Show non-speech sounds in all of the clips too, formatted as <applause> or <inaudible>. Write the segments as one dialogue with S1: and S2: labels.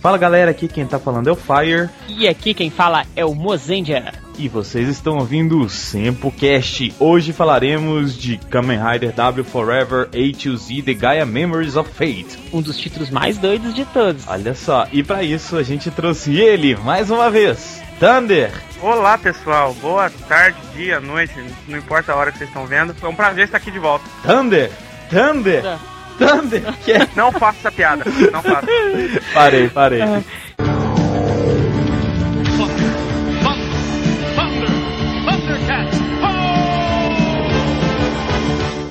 S1: Fala galera, aqui quem tá falando é o Fire
S2: E aqui quem fala é o Mozendia.
S1: e vocês estão ouvindo o Sempocast. Hoje falaremos de Kamen Rider W Forever A to Z The Gaia Memories of Fate.
S2: Um dos títulos mais doidos de todos.
S1: Olha só, e pra isso a gente trouxe ele mais uma vez, Thunder.
S3: Olá pessoal, boa tarde, dia, noite, não importa a hora que vocês estão vendo. É um prazer estar aqui de volta.
S1: Thunder, Thunder,
S2: Tá.
S1: Thunder.
S2: <laughs>
S1: Que é...
S3: Não faça essa piada, não faça.
S1: Parei, parei.
S2: Ah.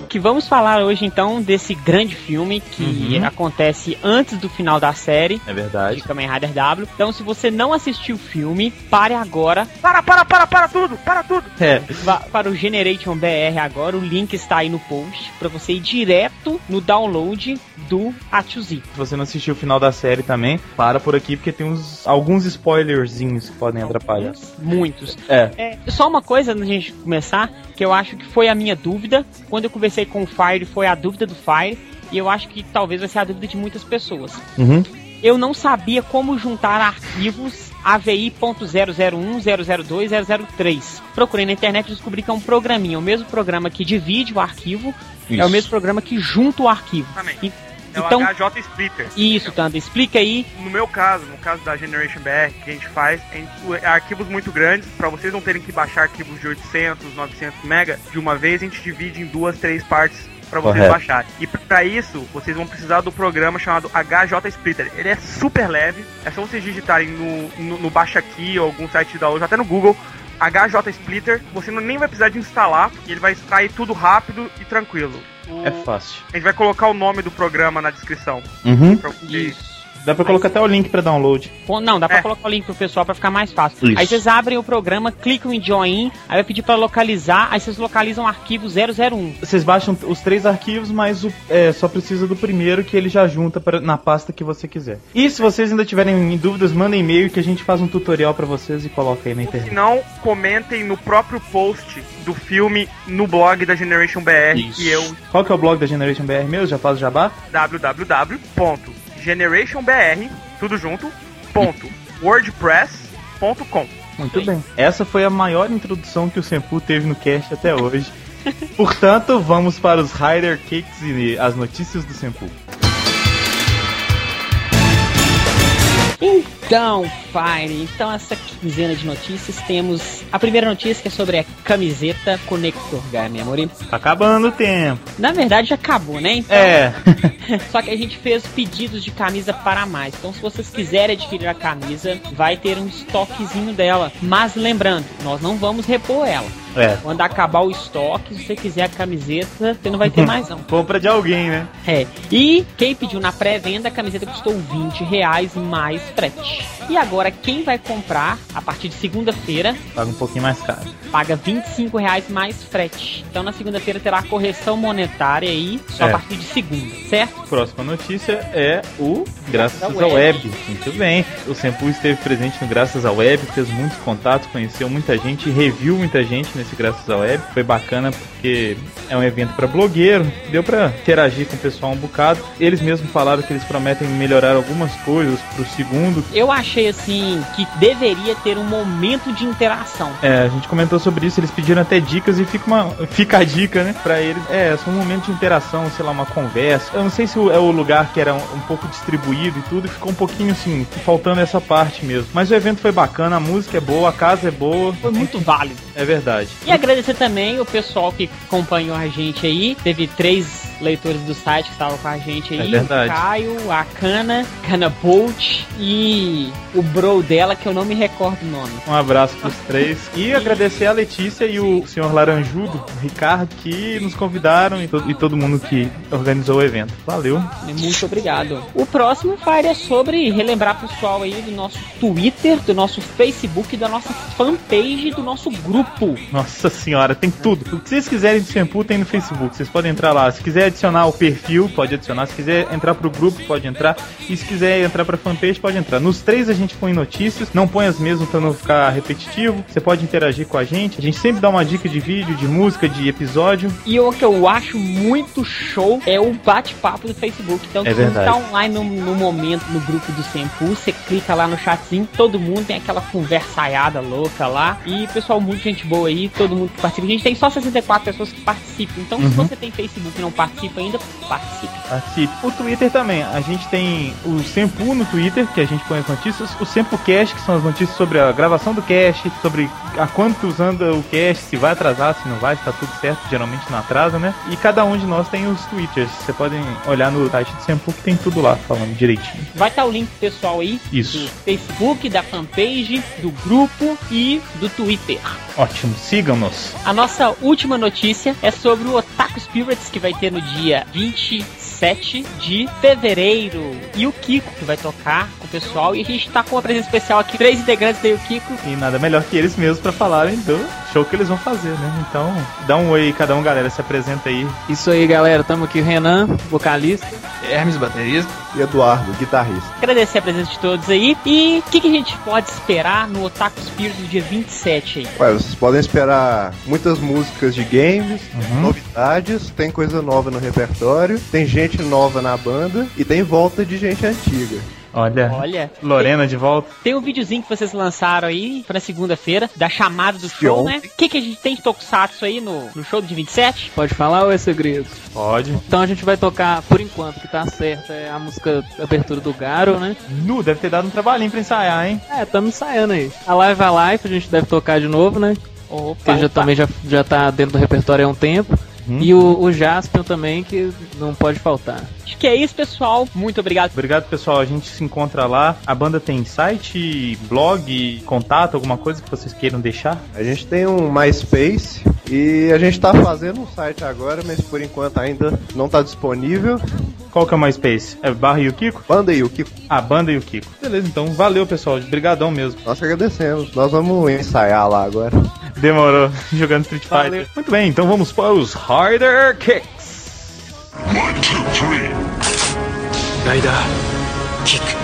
S2: Que vamos falar hoje então desse grande filme que
S1: Uhum.
S2: acontece antes do final da série.
S1: É
S2: De
S1: verdade.
S2: Kamen Rider W. Então, se você não assistiu o filme, pare agora.
S3: Para, para, para, para tudo, para tudo.
S1: É,
S2: Vá para o Generation BR agora. O link está aí no post. Pra você ir direto no download do Atuzi.
S1: se você não assistiu o final da série também, para por aqui porque tem uns, alguns spoilerzinhos que podem atrapalhar.
S2: Muitos.
S1: É,
S2: É, só uma coisa antes da gente começar, que eu acho que foi a minha dúvida. Quando eu conversei com o Fire, foi a dúvida do Fire. E eu acho que talvez vai ser a dúvida de muitas pessoas.
S1: uhum.
S2: Eu não sabia como juntar arquivos AVI.001, 002, 003. Procurei na internet e descobri que é um programinha. O mesmo programa que divide o arquivo é o
S1: Isso.
S2: mesmo programa que junta o arquivo.
S3: Exatamente.
S2: E-
S3: É o
S2: Então-
S3: HJ Splitter.
S2: Isso, Tanda, explica aí.
S3: No meu caso, no caso da Generation BR, que a gente faz a gente- arquivos muito grandes, para vocês não terem que baixar arquivos de 800, 900 mega de uma vez, a gente divide em duas, três partes para vocês
S1: Correto.
S3: baixarem. E para isso, vocês vão precisar do programa chamado HJ Splitter. Ele é super leve, é só vocês digitarem no, no, no Baixa Aqui ou algum site da hoje, até no Google. HJ Splitter, você não- nem vai precisar de instalar, ele vai extrair tudo rápido e tranquilo. O-
S1: é fácil.
S3: a gente vai colocar o nome do programa na descrição.
S1: Uhum.
S3: pra vocês-
S2: Isso.
S1: Dá pra colocar até o link pra download.
S2: Bom, Não, dá pra
S3: É.
S2: colocar o link pro pessoal pra ficar mais fácil.
S1: Isso.
S2: Aí vocês abrem o programa, clicam em join, aí vai pedir pra localizar, aí vocês localizam o arquivo 001.
S1: Vocês baixam os três arquivos, mas o- é, só precisa do primeiro que ele já junta pra- na pasta que você quiser. E se vocês ainda tiverem dúvidas, mandem e-mail que a gente faz um tutorial pra vocês e coloca aí na
S3: Se
S1: internet.
S3: não, comentem no próprio post do filme no blog da Generation BR, que é o
S1: Qual que é o blog da Generation BR meu? Já faz o jabá?
S3: www.generationbr, tudo junto, ponto, wordpress.com.
S1: Muito
S2: Sim.
S1: bem. Essa foi a maior introdução que o Senpu teve no cast até hoje. Portanto, vamos para os Rider Kicks e as notícias do Senpu.
S2: Então, Fire, então essa quinzena de notícias temos a primeira notícia que é sobre a camiseta Connector Guy Memory.
S1: Tá acabando o tempo.
S2: Na verdade já acabou, né? Então,
S1: É.
S2: Só que a gente fez pedidos de camisa para mais. Então, se vocês quiserem adquirir a camisa, vai ter um estoquezinho dela. Mas lembrando, nós não vamos repor ela.
S1: É.
S2: Quando acabar o estoque, se você quiser a camiseta, você não vai ter mais não.
S1: Compra de alguém, né?
S2: É. E quem pediu na pré-venda, a camiseta custou 20 reais mais frete. E agora, quem vai comprar, a partir de segunda-feira,
S1: Paga um pouquinho mais caro.
S2: paga 25 reais mais frete. Então, na segunda-feira terá a correção monetária aí, só
S1: É.
S2: a partir de segunda, certo?
S1: Próxima notícia é o Graças à
S2: Graças à
S1: Web. Muito bem. O Senpu esteve presente no Graças à Web, fez muitos contatos, conheceu muita gente, reviu muita gente nesse Graças à Web. Foi bacana porque é um evento pra blogueiro, deu pra interagir com o pessoal um bocado. Eles mesmos falaram que eles prometem melhorar algumas coisas pro segundo.
S2: Eu achei assim que deveria ter um momento de interação.
S1: É, a gente comentou sobre isso, eles pediram até dicas e fica, uma, fica a dica, né? Pra eles. É, só um momento de interação, sei lá, uma conversa. Eu não sei se o- é o lugar que era um, um pouco distribuído e tudo, ficou um pouquinho assim, faltando essa parte mesmo. Mas o evento foi bacana, a música é boa, a casa é boa.
S2: Foi muito válido.
S1: É verdade.
S2: E agradecer também o pessoal que acompanhou a gente aí. Teve três leitores do site que estavam com a gente aí.
S1: É verdade.
S2: O Caio, a Cana, Cana Bolt e o bro dela, que eu não me recordo o nome.
S1: Um abraço pros três. E agradecer a Letícia e o senhor Laranjudo, o Ricardo, que nos convidaram e, to- e todo mundo que organizou o evento. Valeu.
S2: Né, Muito obrigado. O próximo Fire é sobre relembrar pessoal aí do nosso Twitter, do nosso Facebook, da nossa fanpage, do nosso grupo.
S1: Nossa senhora, tem tudo. O que vocês quiserem de shampoo tem no Facebook. Vocês podem entrar lá. Se quiser adicionar o perfil, pode adicionar. Se quiser entrar pro grupo, pode entrar. E se quiser entrar pra fanpage, pode entrar. Nos três a gente põe notícias, não põe as mesmas pra não ficar repetitivo. Você pode interagir com a gente. A gente sempre dá uma dica de vídeo, de música, de episódio.
S2: E o que eu acho muito show é o bate-papo do Facebook. Então,
S1: É
S2: se
S1: verdade.
S2: tá online no, no momento, no grupo do Sempu, você clica lá no chatzinho, todo mundo tem aquela conversaiada louca lá. E, pessoal, muito gente boa aí, todo mundo que participa. A gente tem só 64 pessoas que participam. Então,
S1: Uhum.
S2: se você tem Facebook e não participa ainda, participe.
S1: Participe. O Twitter também. A gente tem o Sempu no Twitter, que a gente põe as notícias. O SempuCast, que são as notícias sobre a gravação do cast, sobre a quantos anda o cast, se vai atrasar, se não vai, se tá tudo certo. Geralmente não atrasa, né? E cada um de nós tem os Twitters. Você podem olhar no site do Sempu que tem tudo lá, falando direitinho.
S2: Vai estar o link pro pessoal aí do
S1: Isso.
S2: Facebook, da fanpage, do grupo e do Twitter.
S1: Ótimo. Sigam-nos.
S2: A nossa última notícia é sobre o Otaku Spirits que vai ter no dia 27 de fevereiro. E o Kiko que vai tocar com o pessoal. E a gente tá com uma presença especial aqui, três integrantes da Yukiko.
S1: E nada melhor que eles mesmos pra falarem do show que eles vão fazer, né? Então, dá um oi aí, cada um, galera. Se apresenta aí.
S4: Isso aí, galera. Tamo aqui, Renan, vocalista.
S5: Hermes, baterista.
S6: E Eduardo, guitarrista.
S2: Agradecer a presença de todos aí. E o que, que a gente pode esperar no Otaku Spirits do dia 27 aí?
S6: Ué, vocês podem esperar muitas músicas de games,
S1: Uhum.
S6: novidades, tem coisa nova no repertório, tem gente nova na banda e tem volta de gente antiga.
S1: Olha.
S2: Olha,
S1: Lorena de volta.
S2: tem um videozinho que vocês lançaram aí pra segunda-feira, da chamada do
S6: Que
S2: show,
S6: ontem.
S2: né? O que, que a gente tem de Tokusatsu aí no, no show do dia 27?
S4: Pode falar ou é segredo?
S1: Pode.
S4: Então a gente vai tocar, por enquanto, que tá certo, é a música abertura do Garo, né?
S1: Nu, deve ter dado um trabalhinho pra ensaiar, hein?
S4: É, tamo ensaiando aí. A live a live, a gente deve tocar de novo, né?
S2: Opa,
S4: Que já, também já, já tá dentro do repertório há um tempo.
S1: Uhum.
S4: E o, o Jaspion também, que não pode faltar.
S2: Acho que é isso, pessoal. Muito obrigado
S1: Obrigado, pessoal. A gente se encontra lá. A banda tem site, blog, contato, alguma coisa que vocês queiram deixar?
S6: A gente tem um MySpace e a gente tá fazendo um site agora, mas por enquanto ainda não tá disponível.
S1: Qual que é o MySpace? É Barra e o Kiko?
S6: Manda aí o que
S1: A banda e o Kiko. Beleza, então. Valeu, pessoal. Obrigadão mesmo.
S6: nós que agradecemos. Nós vamos ensaiar lá agora.
S1: Demorou. <laughs> Jogando Street Fighter.
S4: Valeu.
S1: Muito bem, então vamos para os Harder Kicks.
S5: ライダー、キック。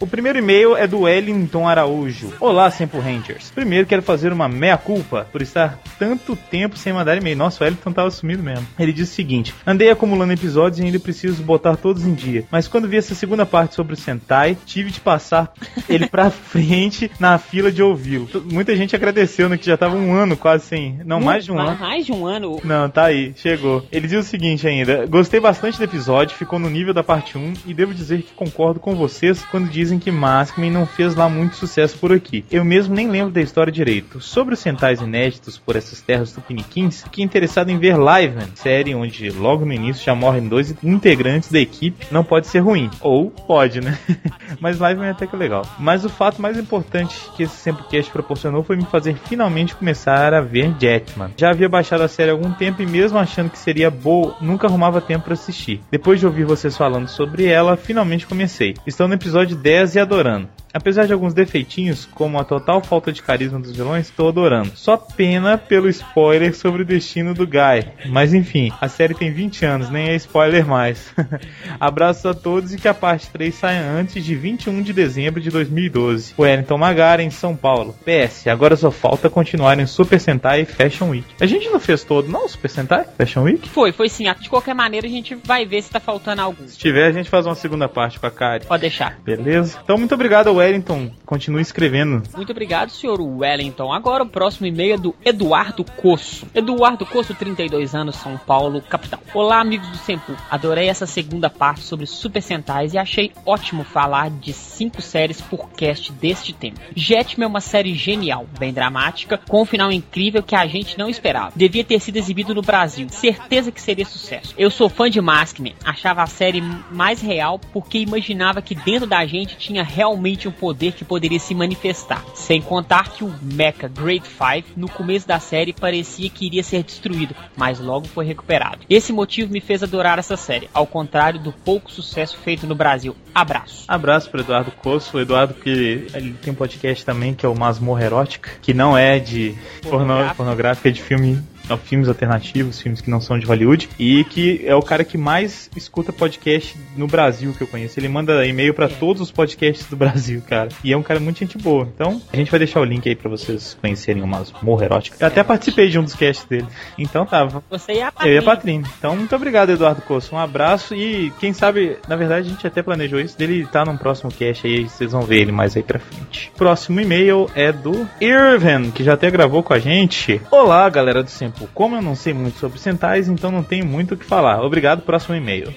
S1: O primeiro e-mail é do Wellington Araújo. Olá, Sempo Rangers. Primeiro quero fazer uma meia-culpa por estar tanto tempo sem mandar e-mail. Nossa, o Wellington tava sumido mesmo. Ele diz o seguinte: Andei acumulando episódios e ainda preciso botar todos em dia. Mas quando vi essa segunda parte sobre o Sentai, tive de passar ele pra <laughs> frente na fila de ouvi-lo. T- Muita gente agradeceu, né? Que já tava um ano quase sem. Não, mais de um ano.
S2: Mais de um ano.
S1: Não, tá aí, chegou. Ele diz o seguinte ainda: Gostei bastante do episódio, ficou no nível da parte 1 e devo dizer que concordo com vocês quando dizem que Maskman não fez lá muito sucesso por aqui. Eu mesmo nem lembro da história direito. Sobre os centais inéditos por essas terras tupiniquins, fiquei interessado em ver Live Man, série onde logo no início já morrem dois integrantes da equipe. Não pode ser ruim. Ou pode, né? <laughs> Mas Live Man é até que legal. Mas o fato mais importante que esse Sempocast proporcionou foi me fazer finalmente começar a ver Jetman. Já havia baixado a série há algum tempo e mesmo achando que seria boa, nunca arrumava tempo pra assistir. Depois de ouvir vocês falando sobre ela, finalmente comecei. Estou no episódio 10 e adorando. Apesar de alguns defeitinhos, como a total falta de carisma dos vilões, estou adorando. Só pena pelo spoiler sobre o destino do Guy. Mas enfim, a série tem 20 anos, nem é spoiler mais. <laughs> Abraços a todos e que a parte 3 saia antes de 21 de dezembro de 2012. Wellington Magara, em São Paulo. PS, agora só falta continuar em Super Sentai e Fashion Week. A gente não fez todo, não? Super Sentai? Fashion Week?
S2: Foi, foi sim. De qualquer maneira, a gente vai ver se tá faltando algum.
S1: Se tiver, a gente faz uma segunda parte com a Kari.
S2: Pode deixar.
S1: Beleza? Então, muito obrigado, Wellington. Continue escrevendo.
S2: Muito obrigado, senhor Wellington. Agora o próximo e-mail é do Eduardo Coço. Eduardo Coço, 32 anos, São Paulo, capital. Olá, amigos do Sempu. Adorei essa segunda parte sobre Super Sentais e achei ótimo falar de cinco séries por cast deste tempo. Jetman é uma série genial, bem dramática, com um final incrível que a gente não esperava. Devia ter sido exibido no Brasil. Certeza que seria sucesso. Eu sou fã de Maskman. Achava a série mais real porque imaginava que dentro da gente tinha realmente um poder que poderia se manifestar. Sem contar que o Mecha Grade 5 no começo da série parecia que iria ser destruído, mas logo foi recuperado. Esse motivo me fez adorar essa série, ao contrário do pouco sucesso feito no Brasil. Abraço.
S1: Abraço pro Eduardo Coço. O Eduardo, que ele tem um podcast também, que é o Masmorra Erótica, que não é de porno-
S2: Pornográfico.
S1: pornográfica, é de filme é, filmes alternativos, filmes que não são de Hollywood, e que é o cara que mais escuta podcast no Brasil que eu conheço. Ele manda e-mail pra todos os podcasts do <laughs> Brasil, cara. E é um cara muito gente boa. Então, a gente vai deixar o link aí pra vocês conhecerem o Masmorra Erótica. Eu até participei de um dos casts dele. Então tá,
S2: Você
S1: eu
S2: e a
S1: e a
S2: Patrícia.
S1: Patrícia. Então, muito obrigado, Eduardo Coço. Um abraço e quem sabe, na verdade, a gente até planejou isso dele estar num próximo cast aí, vocês vão ver ele mais aí pra frente. Próximo e-mail é do Irvin, que já até gravou com a gente. Olá, galera do Sempo. Como eu não sei muito sobre Sentais, então não tenho muito o que falar. Obrigado, próximo e-mail.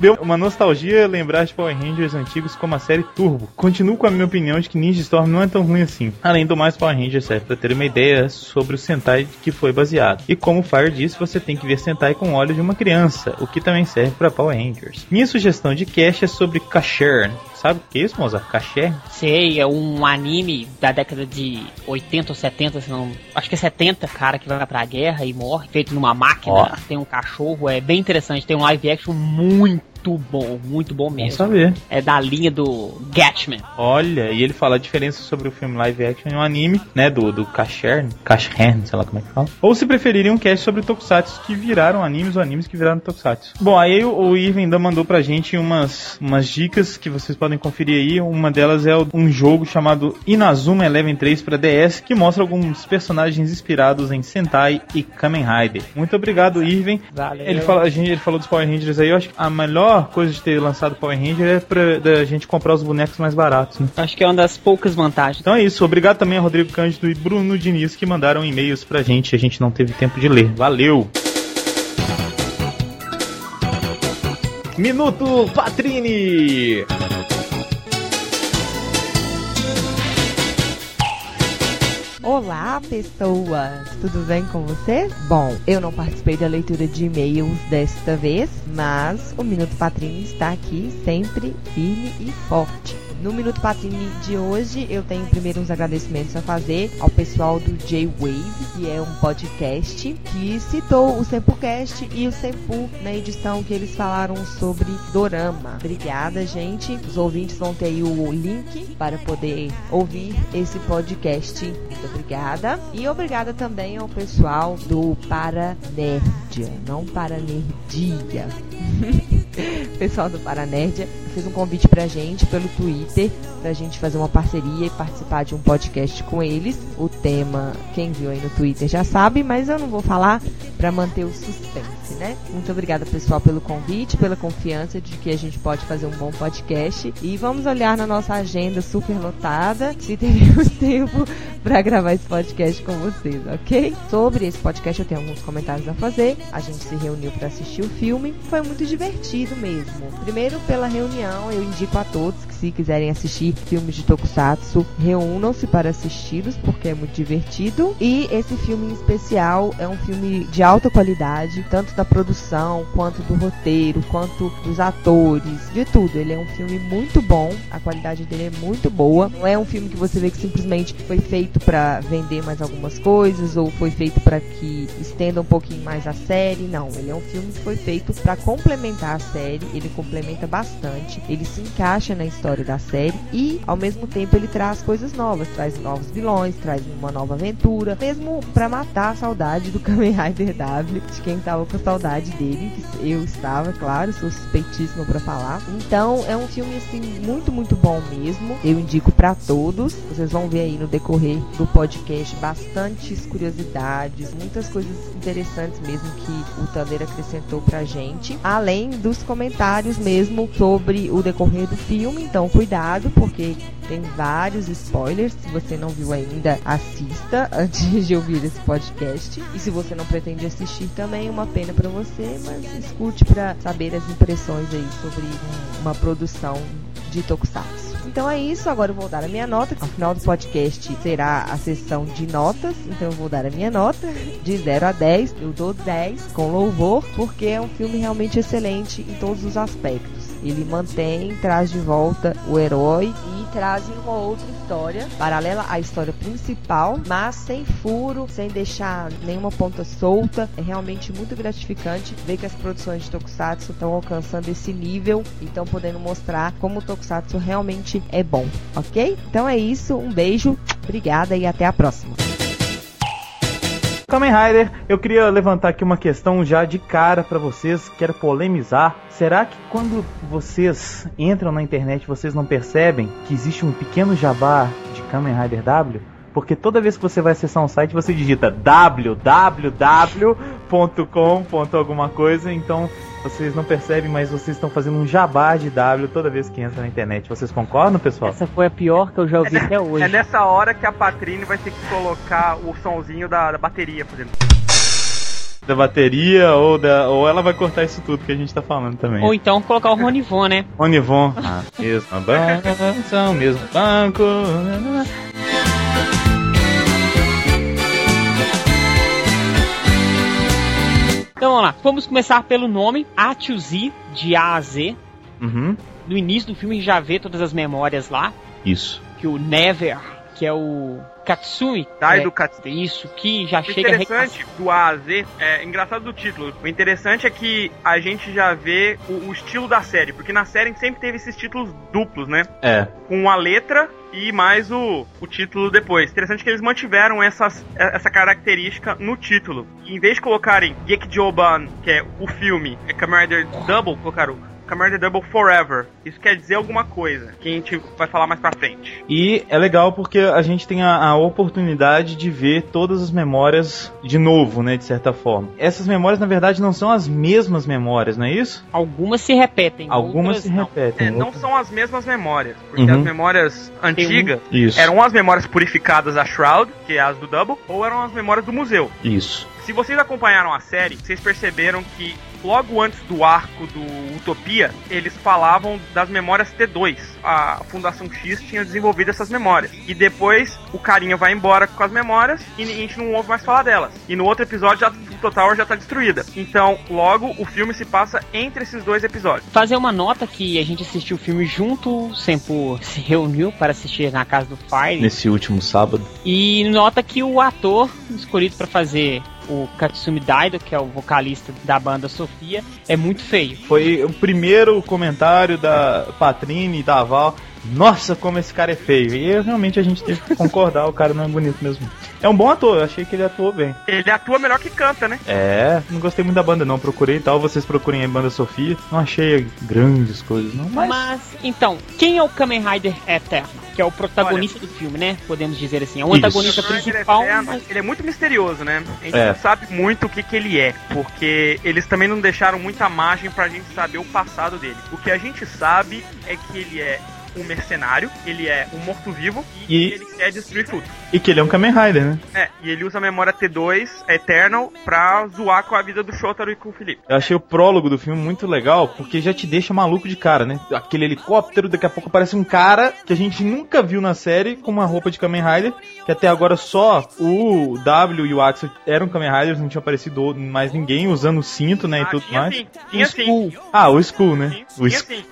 S1: Deu uma nostalgia lembrar de Power Rangers antigos como a série Turbo. Continuo com a minha opinião de que Ninja Storm não é tão ruim assim. Além do mais, Power Rangers serve pra ter uma ideia sobre o Sentai que foi baseado. E como o Fire disse, você tem que ver Sentai com o olho de uma criança, o que também serve pra Power Rangers. Minha sugestão de cast é sobre Kasher. Sabe o que é isso, Mozart? Kasher?
S2: Sei, é um anime da década de 80 ou 70, se não. Acho que é 70, cara, que vai pra guerra e morre, feito numa máquina,
S1: Ó.
S2: tem um cachorro, é bem interessante, tem um live action muito bom, muito bom
S1: Vamos
S2: mesmo.
S1: saber.
S2: É da linha do Gatman.
S1: Olha, e ele fala a diferença sobre o filme live action e o anime, né? Do, do Kasher, Kasher, sei lá como é que fala. Ou se preferirem um cast sobre Tokusatsu que viraram animes ou animes que viraram Tokusatsu. Bom, aí o, o Irving ainda mandou pra gente umas, umas dicas que vocês podem conferir aí. Uma delas é o- um jogo chamado Inazuma Eleven 3 pra DS, que mostra alguns personagens inspirados em Sentai e Kamen Rider. Muito obrigado, Irving.
S2: Valeu.
S1: Ele, fala, a gente, ele falou dos Power Rangers aí, eu acho que a melhor coisa de ter lançado Power Ranger é pra, da gente comprar os bonecos mais baratos, né?
S2: Acho que é uma das poucas vantagens.
S1: Então é isso, obrigado também a Rodrigo Cândido e Bruno Diniz que mandaram e-mails pra gente, a gente não teve tempo de ler. Valeu! Minuto Patrini!
S7: Olá, pessoas! Tudo bem com vocês? Bom, eu não participei da leitura de e-mails desta vez, mas o Minuto Patrini está aqui sempre firme e forte. No Minuto Patrini de hoje, eu tenho primeiro uns agradecimentos a fazer ao pessoal do J-Wave, que é um podcast que citou o Sempocast e o Sempu na edição que eles falaram sobre Dorama. Obrigada, gente. Os ouvintes vão ter aí o link para poder ouvir esse podcast. Muito obrigada. E obrigada também ao pessoal do Paranerdia, não Paranerdia, <laughs> o pessoal do Paranerdia fez um convite pra gente pelo Twitter pra gente fazer uma parceria e participar de um podcast com eles. O tema, quem viu aí no Twitter já sabe, mas eu não vou falar pra manter o suspense, né? Muito obrigada, pessoal, pelo convite, pela confiança de que a gente pode fazer um bom podcast e vamos olhar na nossa agenda super lotada se teremos <laughs> tempo pra gravar esse podcast com vocês, ok? Sobre esse podcast eu tenho alguns comentários a fazer. A gente se reuniu pra assistir o filme, foi muito divertido mesmo. Primeiro pela reunião, eu indico a todos que se quiserem assistir filmes de Tokusatsu, reúnam-se para assisti-los porque é muito divertido. E esse filme em especial é um filme de alta qualidade, tanto da produção, quanto do roteiro, quanto dos atores, de tudo. Ele é um filme muito bom, a qualidade dele é muito boa. Não é um filme que você vê que simplesmente foi feito pra vender mais algumas coisas ou foi feito pra que estenda um pouquinho mais a série. Não, ele é um filme que foi feito pra complementar a série, ele complementa bastante, ele se encaixa na história da série e ao mesmo tempo ele traz coisas novas, traz novos vilões, traz uma nova aventura, mesmo pra matar a saudade do Kamen Rider W, de quem tava com saudade dele, que eu estava, claro, sou suspeitíssima pra falar. Então, é um filme assim muito, muito bom mesmo. Eu indico pra todos. Vocês vão ver aí no decorrer do podcast bastantes curiosidades, muitas coisas interessantes mesmo que o Tander acrescentou pra gente, além dos comentários mesmo sobre o decorrer do filme. Então, cuidado, porque tem vários spoilers. Se você não viu ainda, assista <laughs> antes de ouvir esse podcast. E se você não pretende assistir também, é uma pena pra você, mas escute pra saber as impressões aí sobre uma produção de Tokusatsu. Então é isso, agora eu vou dar a minha nota. Ao final do podcast será a sessão de notas, então eu vou dar a minha nota de 0 a 10. Eu dou 10 com louvor, porque é um filme realmente excelente em todos os aspectos. Ele mantém, traz de volta o herói e traz uma outra história paralela à história principal, mas sem furo, sem deixar nenhuma ponta solta. É realmente muito gratificante ver que as produções de Tokusatsu estão alcançando esse nível e estão podendo mostrar como o Tokusatsu realmente é bom, ok? Então é isso, um beijo, obrigada e até a próxima.
S1: Kamen Rider, eu queria levantar aqui uma questão já de cara pra vocês, quero polemizar. Será que quando vocês entram na internet, vocês não percebem que existe um pequeno jabá de Kamen Rider W? Porque toda vez que você vai acessar um site, você digita www.com. alguma coisa, então vocês não percebem, mas vocês estão fazendo um jabá de W toda vez que entra na internet. Vocês concordam, pessoal?
S4: Essa foi a pior que eu já ouvi até
S3: É
S4: hoje.
S3: nessa hora que a Patrine vai ter que colocar o somzinho da, da bateria, por exemplo.
S1: Da bateria ou da ou ela vai cortar isso tudo que a gente tá falando também.
S2: Ou então colocar o Ronivon, né?
S1: Onivon, ah, mesma banca, mesmo banco.
S2: Então vamos lá. Vamos começar pelo nome Atiuzi, de A a Z.
S1: Uhum.
S2: No início do filme a gente já vê todas as memórias lá.
S1: Isso.
S2: Que o Never, que é o Katsumi.
S3: Tá,
S2: é,
S3: educativo.
S2: Isso, que já
S3: O
S2: chega
S3: interessante do A a Z, é engraçado do título. O interessante é que a gente já vê o, o estilo da série, porque na série sempre teve esses títulos duplos, né?
S1: É.
S3: Com a letra e mais o, o título depois. Interessante que eles mantiveram essas, é, essa característica no título. Em vez de colocarem Gekijoban, que é o filme, é Kamen Rider Double, colocaram Kamen Rider Double Forever. Isso quer dizer alguma coisa, que a gente vai falar mais pra frente.
S1: E é legal porque a gente tem a, a oportunidade de ver todas as memórias de novo, né? De certa forma. Essas memórias, na verdade, não são as mesmas memórias, não é isso?
S2: Algumas se repetem.
S1: Algumas
S2: outras
S1: se
S2: não.
S1: repetem.
S3: É, não
S1: outras-
S3: são as mesmas memórias, porque
S1: Uhum.
S3: as memórias antigas
S1: Isso.
S3: eram as memórias purificadas da Shroud, que é as do Double, ou eram as memórias do museu.
S1: Isso.
S3: Se vocês acompanharam a série, vocês perceberam que logo antes do arco do Utopia, eles falavam das memórias T2. A Fundação X tinha desenvolvido essas memórias. E depois o carinha vai embora com as memórias e a gente não ouve mais falar delas. E no outro episódio já, o Total já tá destruída. Então, logo o filme se passa entre esses dois episódios.
S2: Fazer uma nota que a gente assistiu o filme junto, sempre se reuniu para assistir na casa do Fire.
S1: Nesse último sábado.
S2: E nota que o ator escolhido pra fazer o Katsumi Daido, que é o vocalista da banda Sofia, é muito feio.
S1: Foi o primeiro comentário da Patrine e da Val. Nossa, como esse cara é feio. E realmente a gente teve que concordar, o cara não é bonito mesmo. É um bom ator, eu achei que ele atuou bem.
S3: Ele atua melhor que canta, né?
S1: É, não gostei muito da banda não, procurei e tal, vocês procurem a banda Sofia. Não achei grandes coisas, não,
S2: Mas,
S1: mas...
S2: então, quem é o Kamen Rider Eterno? Que é o protagonista do filme, né? Podemos dizer assim. É o
S1: Isso.
S2: antagonista
S3: Kamen Rider
S2: principal.
S3: Eterno,
S2: mas-
S3: Ah, Ele é muito misterioso, né? A gente
S1: É.
S3: não sabe muito o que, que ele é, porque eles também não deixaram muita margem pra gente saber o passado dele. O que a gente sabe é que ele é um mercenário, ele é um morto-vivo e,
S1: E-
S3: ele quer destruir tudo.
S1: E que ele é um Kamen Rider, né?
S3: É, e ele usa a memória T2 Eternal pra zoar com a vida do Shotaro e com o Felipe.
S1: Eu achei o prólogo do filme muito legal, porque já te deixa maluco de cara, né? Aquele helicóptero, daqui a pouco aparece um cara que a gente nunca viu na série com uma roupa de Kamen Rider, que até agora só o W e o Axel eram Kamen Riders, não tinha aparecido outro- mais ninguém usando o cinto, né, e
S3: Ah,
S1: tudo
S3: tinha
S1: mais.
S3: sim, tinha sim.
S1: Ah, o Skull, né?
S3: Tinha
S1: O
S3: tinha
S1: Skull.
S3: sim.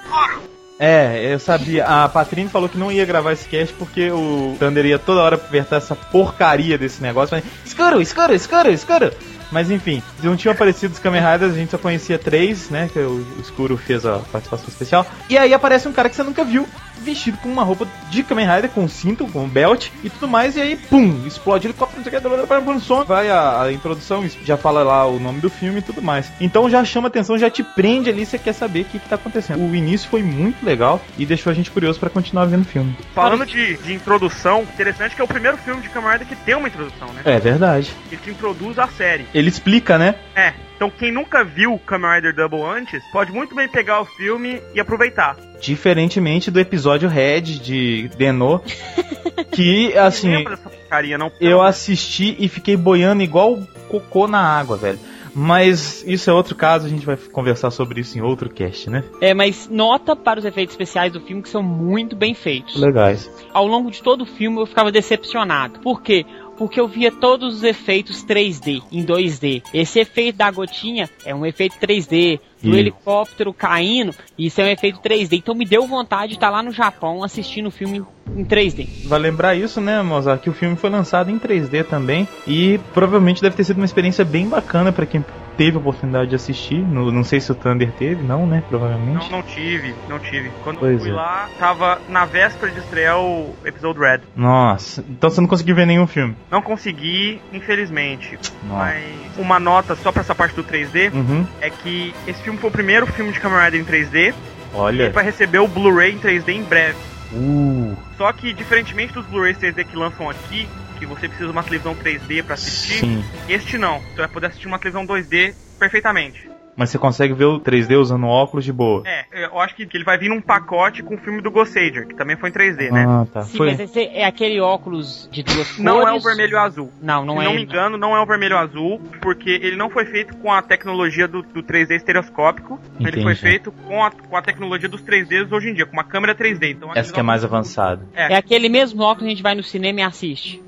S1: É, eu sabia. A Patrine falou que não ia gravar esse cast porque o Thunder ia toda hora apertar essa porcaria desse negócio. Mas, escuro, escuro, escuro, escuro. Mas enfim, não tinham aparecido os Kamen Riders, a gente só conhecia três, né? Que o o Escuro fez a participação especial. E aí aparece um cara que você nunca viu, vestido com uma roupa de Kamen Rider, com cinto, com belt e tudo mais. E aí, pum, explode o helicóptero, não sei o que, blá, blá, blá, blá, som. vai a, a introdução, já fala lá o nome do filme e tudo mais. Então já chama atenção, já te prende ali, você quer saber o que, que tá acontecendo. O início foi muito legal e deixou a gente curioso pra continuar vendo o filme.
S3: Falando de, de introdução, interessante que é o primeiro filme de camarada que tem uma introdução, né?
S1: É verdade.
S3: Ele te introduz a série.
S1: Ele explica, né?
S3: É, então quem nunca viu Kamen Rider Double antes, pode muito bem pegar o filme e aproveitar.
S1: Diferentemente do episódio Red de <laughs> Denô, que
S3: Não
S1: assim,
S3: lembra dessa porcaria, não.
S1: eu assisti e fiquei boiando igual cocô na água, velho. Mas isso é outro caso, a gente vai conversar sobre isso em outro cast, né?
S2: É, mas nota para os efeitos especiais do filme que são muito bem feitos.
S1: Legais.
S2: Ao longo de todo o filme eu ficava decepcionado. Por quê? Porque eu via todos os efeitos 3D em 2D. Esse efeito da gotinha é um efeito 3D. Do
S1: Isso.
S2: helicóptero caindo, isso é um efeito 3D. Então me deu vontade de estar lá no Japão assistindo o filme em 3D.
S1: Vai lembrar isso, né, Mozart? Que o filme foi lançado em 3D também e provavelmente deve ter sido uma experiência bem bacana pra quem teve a oportunidade de assistir. No- não sei se o Thunder teve, não, né? Provavelmente.
S3: Não, não tive, não tive. Quando
S1: Pois
S3: eu fui
S1: é.
S3: lá, tava na véspera de estrear o episódio Red.
S1: Nossa, então você não conseguiu ver nenhum filme.
S3: Não consegui, infelizmente.
S1: Nossa.
S3: Mas uma nota só pra essa parte do 3D
S1: Uhum.
S3: é que esse filme foi o primeiro filme de Kamen Rider em 3D e ele
S1: Olha.
S3: vai receber o Blu-ray em 3D em breve.
S1: Uh.
S3: Só que, diferentemente dos Blu-rays 3D que lançam aqui, que você precisa de uma televisão 3D pra assistir,
S1: Sim.
S3: este não. Você vai poder assistir uma televisão 2D perfeitamente.
S1: Mas você consegue ver o 3D usando óculos de boa.
S3: É, eu acho que que ele vai vir num pacote com o filme do Ghost Rider, que também foi em 3D, né?
S1: Ah, tá.
S2: Sim,
S1: Foi.
S2: mas esse é aquele óculos de duas
S3: Não é o
S2: cores.
S3: vermelho e o azul.
S2: Não,
S3: Não
S2: não
S3: Se
S2: é.
S3: não me engano, não é o vermelho azul, porque ele não foi feito com a tecnologia do, do 3D estereoscópico. Ele foi
S1: Entendi.
S3: feito com a, com a tecnologia dos 3Ds hoje em dia, com uma câmera 3D. Então,
S1: Essa que é mais avançada.
S2: É aquele mesmo óculos que a gente vai no cinema e assiste.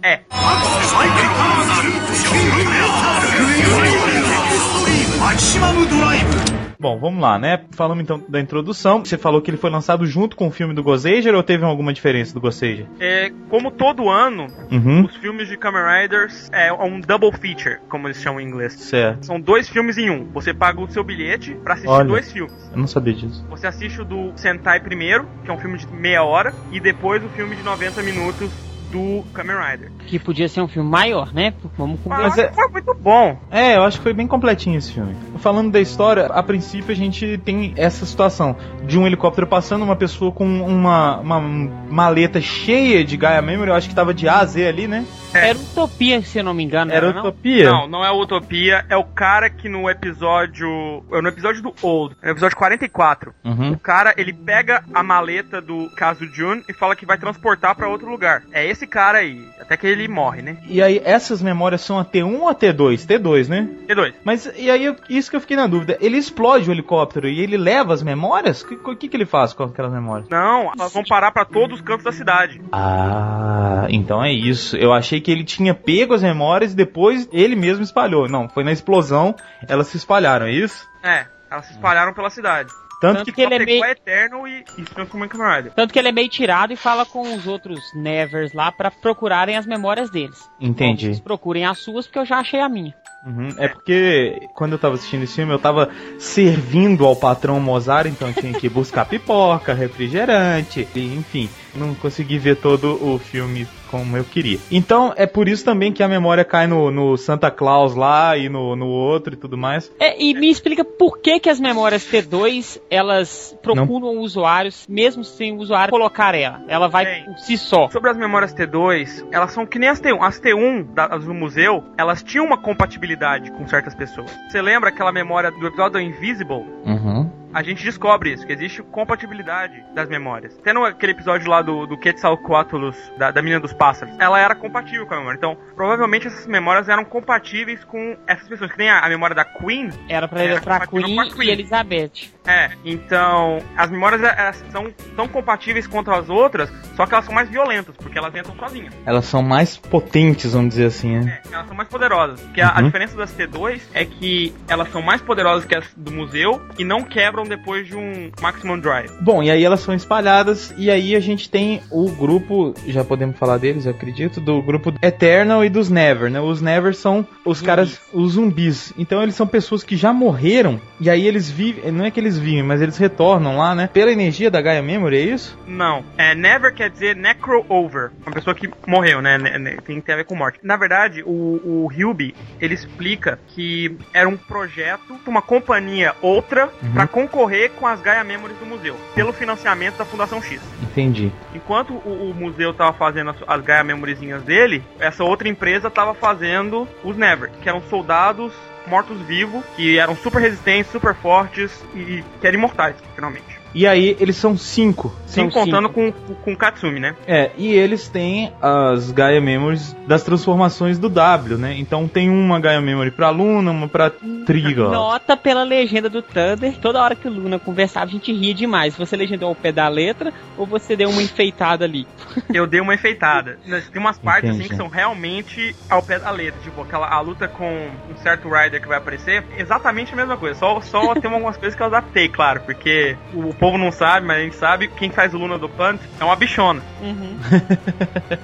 S1: Bom, vamos lá, né? Falamos então da introdução. Você falou que ele foi lançado junto com o filme do Gozager ou teve alguma diferença do Gozager?
S3: É, como todo ano,
S1: Uhum.
S3: os filmes de Kamen Riders é um double feature, como eles chamam em inglês.
S1: Certo.
S3: São dois filmes em um. Você paga o seu bilhete pra assistir
S1: Olha.
S3: dois filmes.
S1: Eu não sabia disso.
S3: Você assiste o do Sentai primeiro, que é um filme de meia hora, e depois o filme de 90 minutos do Kamen Rider.
S2: Que podia ser um filme maior, né? Vamos com
S3: Mas
S1: é-
S3: foi muito bom.
S1: É, eu acho que foi bem completinho esse filme. Falando da história, a princípio a gente tem essa situação de um helicóptero passando, uma pessoa com uma, uma maleta cheia de Gaia Memory, eu acho que tava de A a Z ali, né?
S2: Era Utopia, se eu não me engano.
S1: Era
S2: não não?
S1: Utopia?
S3: É, Não, não é Utopia, é o cara que no episódio. é No episódio do Old, é no episódio 44.
S1: Uhum.
S3: O cara, ele pega a maleta do caso June e fala que vai transportar pra outro lugar. É esse cara aí. Até que ele morre, né?
S1: E aí, essas memórias são a T1 ou a T2? T2, né?
S3: E dois.
S1: Mas e aí, eu- isso que eu fiquei na dúvida. Ele explode o helicóptero e ele leva as memórias? O que, que, que ele faz com aquelas memórias?
S3: Não, elas vão parar pra todos os cantos da cidade.
S1: Ah, então é isso. Eu achei que ele tinha pego as memórias e depois ele mesmo espalhou. Não, foi na explosão, elas se espalharam, é isso?
S3: É, elas se espalharam pela cidade.
S1: Tanto,
S2: Tanto
S1: que.
S2: que ele é
S3: Capecó
S2: meio-
S3: eterno e, e se transforma em Kamen Rider.
S2: Tanto que ele é meio tirado e fala com os outros Nevers lá pra procurarem as memórias deles. Eles
S1: Entendi.
S2: procurem as suas, porque eu já achei a minha.
S1: Uhum. É porque quando eu tava assistindo esse filme, eu tava servindo ao patrão Mozart, então eu tinha que buscar pipoca, refrigerante, e, enfim. Não consegui ver todo o filme como eu queria. Então é por isso também que a memória cai no, no Santa Claus lá e no, no outro e tudo mais.
S2: É, e me explica por que, que as memórias T2 elas procuram usuários, mesmo sem o usuário colocar ela. Ela vai
S3: Bem.
S2: por si só.
S3: Sobre as memórias T2, elas são que nem as T1. As T1 da- as do museu, elas tinham uma compatibilidade com certas pessoas. Você lembra aquela memória do episódio do Invisible?
S1: Uhum.
S3: A gente descobre isso, que existe compatibilidade das memórias. Até no aquele episódio lá do, do Quetzalcoatlus, da, da menina dos pássaros, ela era compatível com a memória. Então, provavelmente essas memórias eram compatíveis com essas pessoas. Que nem a, a memória da Queen.
S2: Era pra,
S3: Era
S2: pra
S3: compatível
S2: Queen
S3: com a Queen.
S2: e Elizabeth.
S3: É, então, as memórias elas são tão compatíveis quanto as outras, só que elas são mais violentas, porque elas entram sozinhas.
S1: Elas são mais potentes, vamos dizer assim, né?
S3: É, elas são mais poderosas. Porque a, a
S1: Uhum.
S3: diferença das T2 é que elas são mais poderosas que as do museu e não quebram depois de um Maximum Drive.
S1: Bom, e aí elas são espalhadas, e aí a gente tem o grupo, já podemos falar deles, eu acredito, do grupo Eternal e dos Never, né? Os Never são os caras, os zumbis. Então eles são pessoas que já morreram, e aí eles vivem, não é que eles vivem, mas eles retornam lá, né? Pela energia da Gaia Memory, é isso?
S3: Não. É, never quer dizer necro over. Uma pessoa que morreu, né? Ne- ne- Tem que ter a ver com morte. Na verdade, o, o Hilby, ele explica que era um projeto pra uma companhia outra pra concorrer com as Gaia Memories do museu, pelo financiamento da Fundação X.
S1: Entendi.
S3: Enquanto o, o museu tava fazendo as, as Gaia Memorizinhas dele, essa outra empresa tava fazendo os Never, que eram soldados mortos-vivos, que eram super resistentes, super fortes e que eram imortais, finalmente.
S1: E aí eles são cinco.
S3: Sim,
S1: São
S3: contando com, com o Katsumi, né?
S1: É, e eles têm as Gaia Memories das transformações do W, né? Então tem uma Gaia Memory pra Luna, uma pra
S3: <laughs>
S1: Trigon.
S2: Nota pela legenda do Thunder, toda hora que o Luna conversava, a gente ria demais. Você legendou ao pé da letra ou você deu uma enfeitada ali?
S3: Eu dei
S1: <laughs>
S3: uma enfeitada. Mas Tem umas partes assim
S1: Entendi.
S3: que são realmente ao pé da letra. Tipo, aquela a luta com um certo
S1: <laughs>
S3: Rider que vai aparecer, exatamente a mesma coisa. Só, só tem algumas coisas que eu adaptei, claro, porque o povo não sabe, mas a gente sabe, quem faz o Luna do Panther é uma bichona.
S2: Uhum.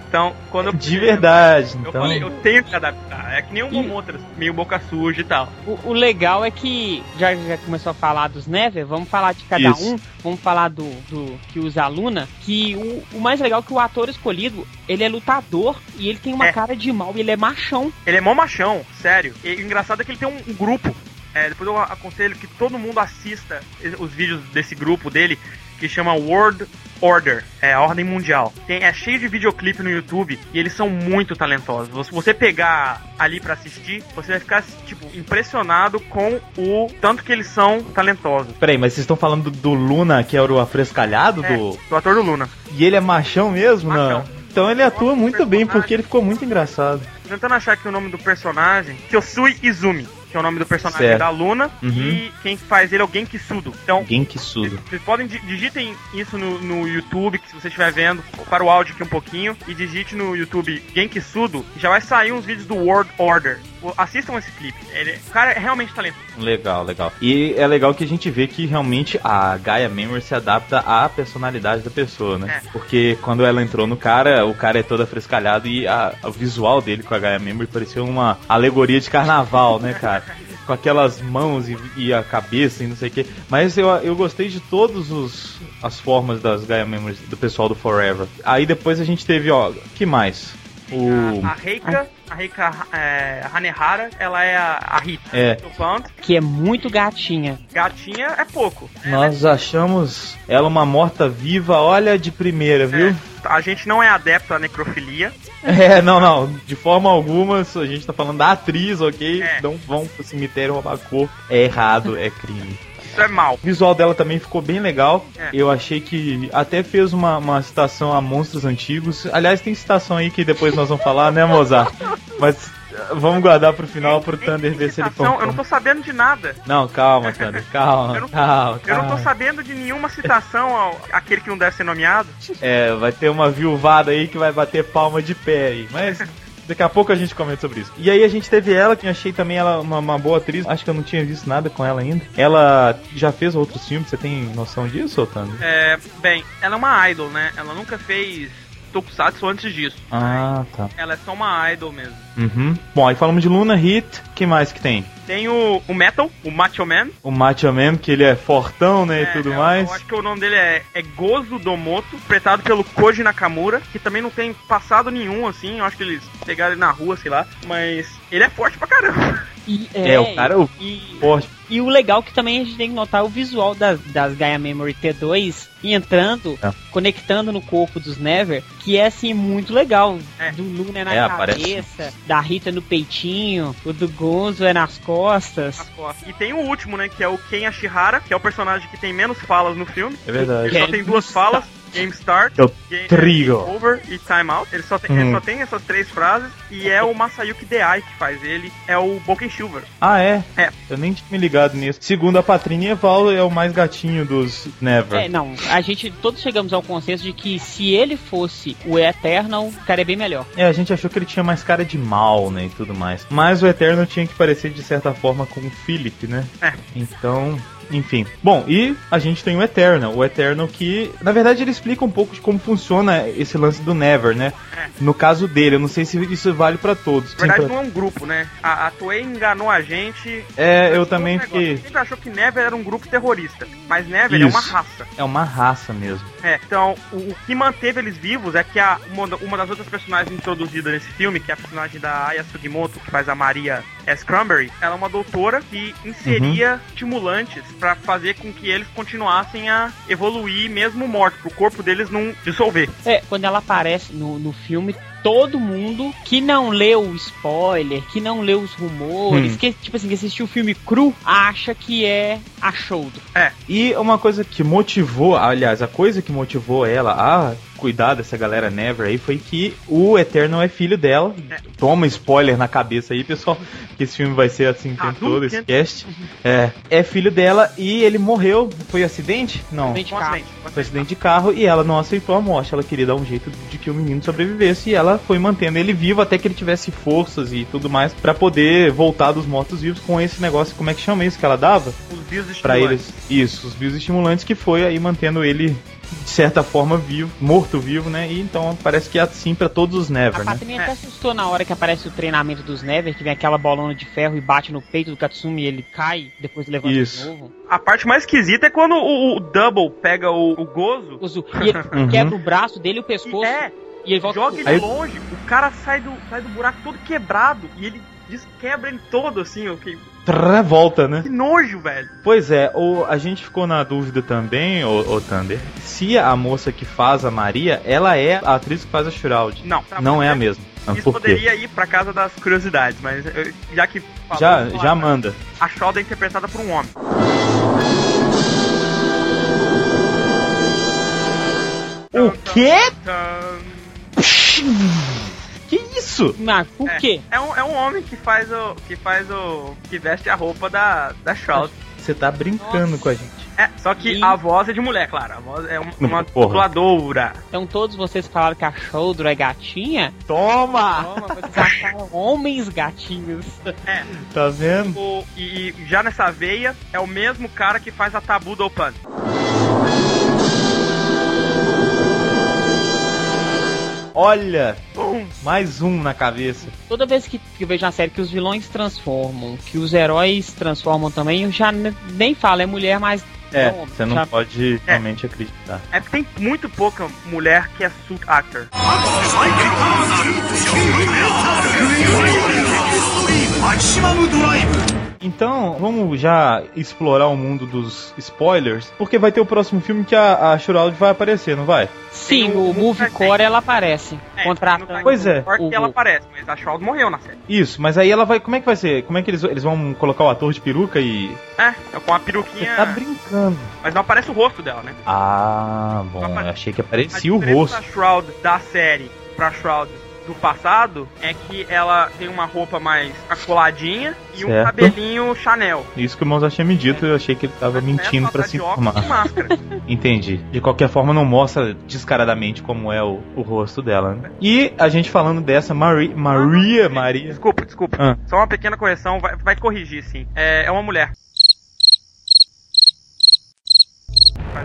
S3: Então, quando eu.
S1: De verdade,
S3: Eu
S1: então.
S3: falei, eu tenho que adaptar. É que nem o Momotras, meio boca suja e tal.
S2: O, o legal é que já, já começou a falar dos Never, vamos falar de cada
S1: Isso.
S2: um, vamos falar do, do que usa a Luna, que o, o mais legal é que o ator escolhido, ele é lutador e ele tem uma
S3: É.
S2: cara de mal e ele é machão.
S3: Ele é mó machão, sério. E o engraçado é que ele tem um, um grupo. É, depois eu aconselho que todo mundo assista os vídeos desse grupo dele, que chama World Order, é a ordem mundial. Tem, é cheio de videoclipe no YouTube e eles são muito talentosos. Se você pegar ali pra assistir, você vai ficar tipo impressionado com o tanto que eles são talentosos.
S1: Peraí, mas vocês estão falando do Luna, que era o afrescalhado
S3: É,
S1: do.
S3: do ator do Luna.
S1: E ele é machão mesmo,
S3: Machão.
S1: não? Então ele atua muito bem, porque ele ficou muito engraçado.
S3: Tô tentando achar aqui o nome do personagem, Kyosui Izumi, que é o nome do personagem
S1: Certo.
S3: da Luna,
S1: Uhum.
S3: e quem faz ele é o Genkisudo. Então,
S1: Genkisudo.
S3: Vocês podem di- digitem isso no, no YouTube, que se você estiver vendo, para o áudio aqui um pouquinho, e digite no YouTube Genkisudo, e já vai sair uns vídeos do World Order. O- Assistam esse clipe. Ele, o cara é realmente talentoso.
S1: Legal, legal. E é legal que a gente vê que realmente a Gaia Memory se adapta à personalidade da pessoa, né? Porque quando ela entrou no cara, o cara é todo afrescalhado e a- o visual dele com a Gaia Memory parecia uma alegoria de carnaval, né, cara? Com aquelas mãos e, e a cabeça e não sei o quê. Mas eu, eu gostei de todos os as formas das Gaia Memories do pessoal do Forever. Aí depois a gente teve, ó, que mais? O.
S3: A, a Reika, a Reika é, Hanehara, ela é a, a Rita.
S1: É.
S3: Do Plant.
S2: Que é muito gatinha.
S3: Gatinha é pouco.
S1: Nós achamos ela é uma morta-viva, olha de primeira, viu?
S3: A gente não é adepto à necrofilia.
S1: <laughs> É, não, não. De forma alguma, isso a gente tá falando da atriz, ok?
S3: É.
S1: Não vão pro cemitério roubar corpo. É errado, é crime.
S3: Isso é mal.
S1: O visual dela também ficou bem legal.
S3: É.
S1: Eu achei que até fez uma, uma citação a monstros antigos. Aliás, tem citação aí que depois nós vamos falar, né, Mozart? Mas eh, vamos guardar pro final pro Thunder ver se ele
S3: Citação, Eu não
S1: concorda.
S3: tô sabendo de nada.
S1: Não, calma, Thunder. Calma,
S3: <laughs> Eu não-
S1: calma,
S3: Eu não tô
S1: calma.
S3: sabendo de nenhuma citação ao, àquele que não deve ser nomeado.
S1: É, vai ter uma viuvada aí que vai bater palma de pé aí. Mas daqui a pouco a gente comenta sobre isso. E aí a gente teve ela, que eu achei também ela uma, uma boa atriz. Acho que eu não tinha visto nada com ela ainda. Ela já fez outros filmes, você tem noção disso, Otano?
S3: É, bem, ela é uma idol, né? Ela nunca fez Tokusatsu antes disso.
S1: Ah, tá.
S3: Ela é só uma idol mesmo.
S1: Uhum. Bom, aí falamos de Luna Hit. que mais que tem?
S3: Tem o, o Metal, o Macho Man.
S1: O Macho Man, que ele é fortão, né, e
S3: É,
S1: tudo
S3: eu-
S1: mais.
S3: Eu acho que o nome dele é, é Gozo Domoto, interpretado pelo Koji Nakamura, que também não tem passado nenhum, assim. Eu acho que eles pegaram ele na rua, sei lá. Mas ele é forte pra <laughs> caramba.
S2: E,
S1: É, o cara o
S2: E,
S1: forte.
S2: e o legal é que também a gente tem que notar o visual das, das Gaia Memory T2 entrando,
S1: É.
S2: conectando no corpo dos Never, que é assim muito legal.
S3: É.
S2: Do Luna é na
S1: É,
S2: cabeça, da Rita no peitinho, o do Gonzo é nas costas.
S3: As costas. E tem o último, né? Que é o Ken Ashihara, que é o personagem que tem menos falas no filme.
S1: É verdade.
S3: Ele só tem duas falas. Game Start,
S1: É o
S3: Game
S1: Trigo.
S3: Game Over e Time Out. Ele só, tem, ele
S1: Hum.
S3: só tem essas três frases e é o Masayuki Deai que faz ele, é o Boken Silver.
S1: Ah, é?
S3: É.
S1: Eu nem tinha me ligado nisso. Segundo a Patrícia Evaldo, é o mais gatinho dos Never.
S2: É, não, a gente todos chegamos ao consenso de que se ele fosse o Eternal, o cara é bem melhor.
S1: É, a gente achou que ele tinha mais cara de mal, né, e tudo mais. Mas o Eterno tinha que parecer, de certa forma, com o Philip, né?
S3: É.
S1: Então, enfim. Bom, e a gente tem o Eterno. O Eterno que, na verdade, ele explica um pouco de como funciona esse lance do Never, né?
S3: É.
S1: No caso dele, eu não sei se isso vale pra todos. Tipo,
S3: Na verdade,
S1: Sim, pra-
S3: não é um grupo, né? A, a Toei enganou a gente.
S1: É, eu
S3: Esse
S1: também
S3: negócio. A
S1: fiquei...
S3: gente sempre achou que Never era um grupo terrorista, mas Never é
S1: Isso.
S3: uma raça.
S1: É uma raça mesmo.
S3: É, então, o, o que manteve eles vivos é que a, uma, da- uma das outras personagens introduzidas nesse filme, que é a personagem da Aya Sugimoto, que faz a Maria S. Cranberry, ela é uma doutora que inseria estimulantes pra fazer com que eles continuassem a evoluir mesmo mortos, pro corpo deles não dissolver.
S2: É, quando ela aparece no, no filme, todo mundo que não leu o spoiler, que não leu os rumores,
S1: Hum.
S2: que tipo assim, que assistiu o filme cru, acha que é a Shoulder.
S1: E uma coisa que motivou, aliás, a coisa que motivou ela a cuidar dessa galera Never aí foi que o Eternal é filho dela. Toma spoiler na cabeça aí, pessoal, que esse filme vai ser assim o tempo todo, esse cast. É, é filho dela e ele morreu. Foi acidente? Não.
S2: Acidente de
S3: Um
S2: carro.
S3: acidente, um
S1: Foi
S3: acidente.
S1: acidente de carro e ela não aceitou a morte. Ela queria dar um jeito de que o menino sobrevivesse e ela foi mantendo ele vivo até que ele tivesse forças e tudo mais pra poder voltar dos mortos vivos com esse negócio. Como é que chama isso que ela dava?
S3: Os bios
S1: Pra eles, isso, os bioestimulantes que foi aí mantendo ele de certa forma vivo, morto vivo, né? E então parece que é assim pra todos os
S2: A
S1: Never, né?
S2: Patrinha
S3: É.
S2: até assustou na hora que aparece o treinamento dos Never, que vem aquela bolona de ferro e bate no peito do Katsumi e ele cai, depois levanta
S1: Isso.
S2: de novo.
S3: A parte mais esquisita é quando o, o Double pega o, o Gozo
S2: Uso- E ele
S1: Uhum.
S2: quebra o braço dele e o
S3: e
S2: pescoço
S3: é,
S2: e ele volta.
S3: joga ele
S1: Aí-
S3: longe, o cara sai do, sai do buraco todo quebrado e ele desquebra ele todo, assim, ó, que,
S1: Travolta, né?
S3: que nojo, velho.
S1: Pois é, o, a gente ficou na dúvida também, ô, ô Thunder, se a moça que faz a Maria, ela é a atriz que faz a Shroud.
S3: Não, tá
S1: Não
S3: bom,
S1: é a
S3: né?
S1: mesma.
S3: Isso
S1: Por quê?
S3: poderia ir pra casa das curiosidades, mas eu- já que. falou,
S1: Já,
S3: vamos lá,
S1: já
S3: né?
S1: manda.
S3: A Shroud é interpretada por um homem.
S1: O quê?
S3: Tã.
S1: Que isso?
S2: Mas por quê?
S3: É um, é um homem que faz o. que faz o. que veste a roupa da, da Shroud.
S1: Você tá brincando com a gente.
S3: É, só que
S2: E-
S3: a voz é de mulher, claro. A voz é um-
S1: Não,
S3: uma
S1: porra.
S3: dubladora.
S2: Então todos vocês falaram que a Shoulder é gatinha?
S1: Toma!
S2: Toma, vocês acharam homens gatinhos.
S1: Tá vendo?
S3: O- <laughs> e e já nessa veia é o mesmo cara que faz a tabu do Open.
S1: Olha! Mais um na cabeça.
S2: Toda vez que, que eu vejo na série que os vilões transformam, que os heróis transformam também, eu já ne- nem falo, é mulher, mas
S1: É,
S2: Não,
S1: você não
S2: já-
S1: pode realmente acreditar.
S3: É porque tem muito pouca mulher que é suit actor.
S1: Então, vamos já explorar o mundo dos spoilers, porque vai ter o próximo filme que a, a Shroud vai aparecer, não vai?
S2: sim,
S3: Tem um-
S2: o Movie Core ela aparece.
S3: É,
S2: contratando.
S1: Pois é.
S3: Porque
S2: um o-
S3: ela aparece, mas a Shroud morreu na série.
S1: Isso, mas aí ela vai. Como é que vai ser? Como é que eles, eles vão colocar o ator de peruca e.
S3: É, é com a
S1: Você
S3: peruquinha.
S1: tá brincando.
S3: Mas não aparece o rosto dela, né?
S1: Ah, bom, eu achei que
S3: A
S1: aparecia o
S3: diferença
S1: rosto.
S3: da Shroud da série pra Shroud do passado é que ela tem uma roupa mais acoladinha e um
S1: Certo.
S3: cabelinho Chanel.
S1: Isso que o Monza tinha me dito, eu achei que ele tava
S3: Mas
S1: mentindo
S3: nessa, ela
S1: pra
S3: tá
S1: se
S3: de óculos
S1: informar. <laughs>
S3: e máscara.
S1: Entendi. De qualquer forma, não mostra descaradamente como é o, o rosto dela. né? E a gente falando dessa Mari, Maria, Maria.
S3: Desculpa, desculpa.
S1: Ah.
S3: Só uma pequena correção, vai, vai corrigir sim. É, é uma mulher.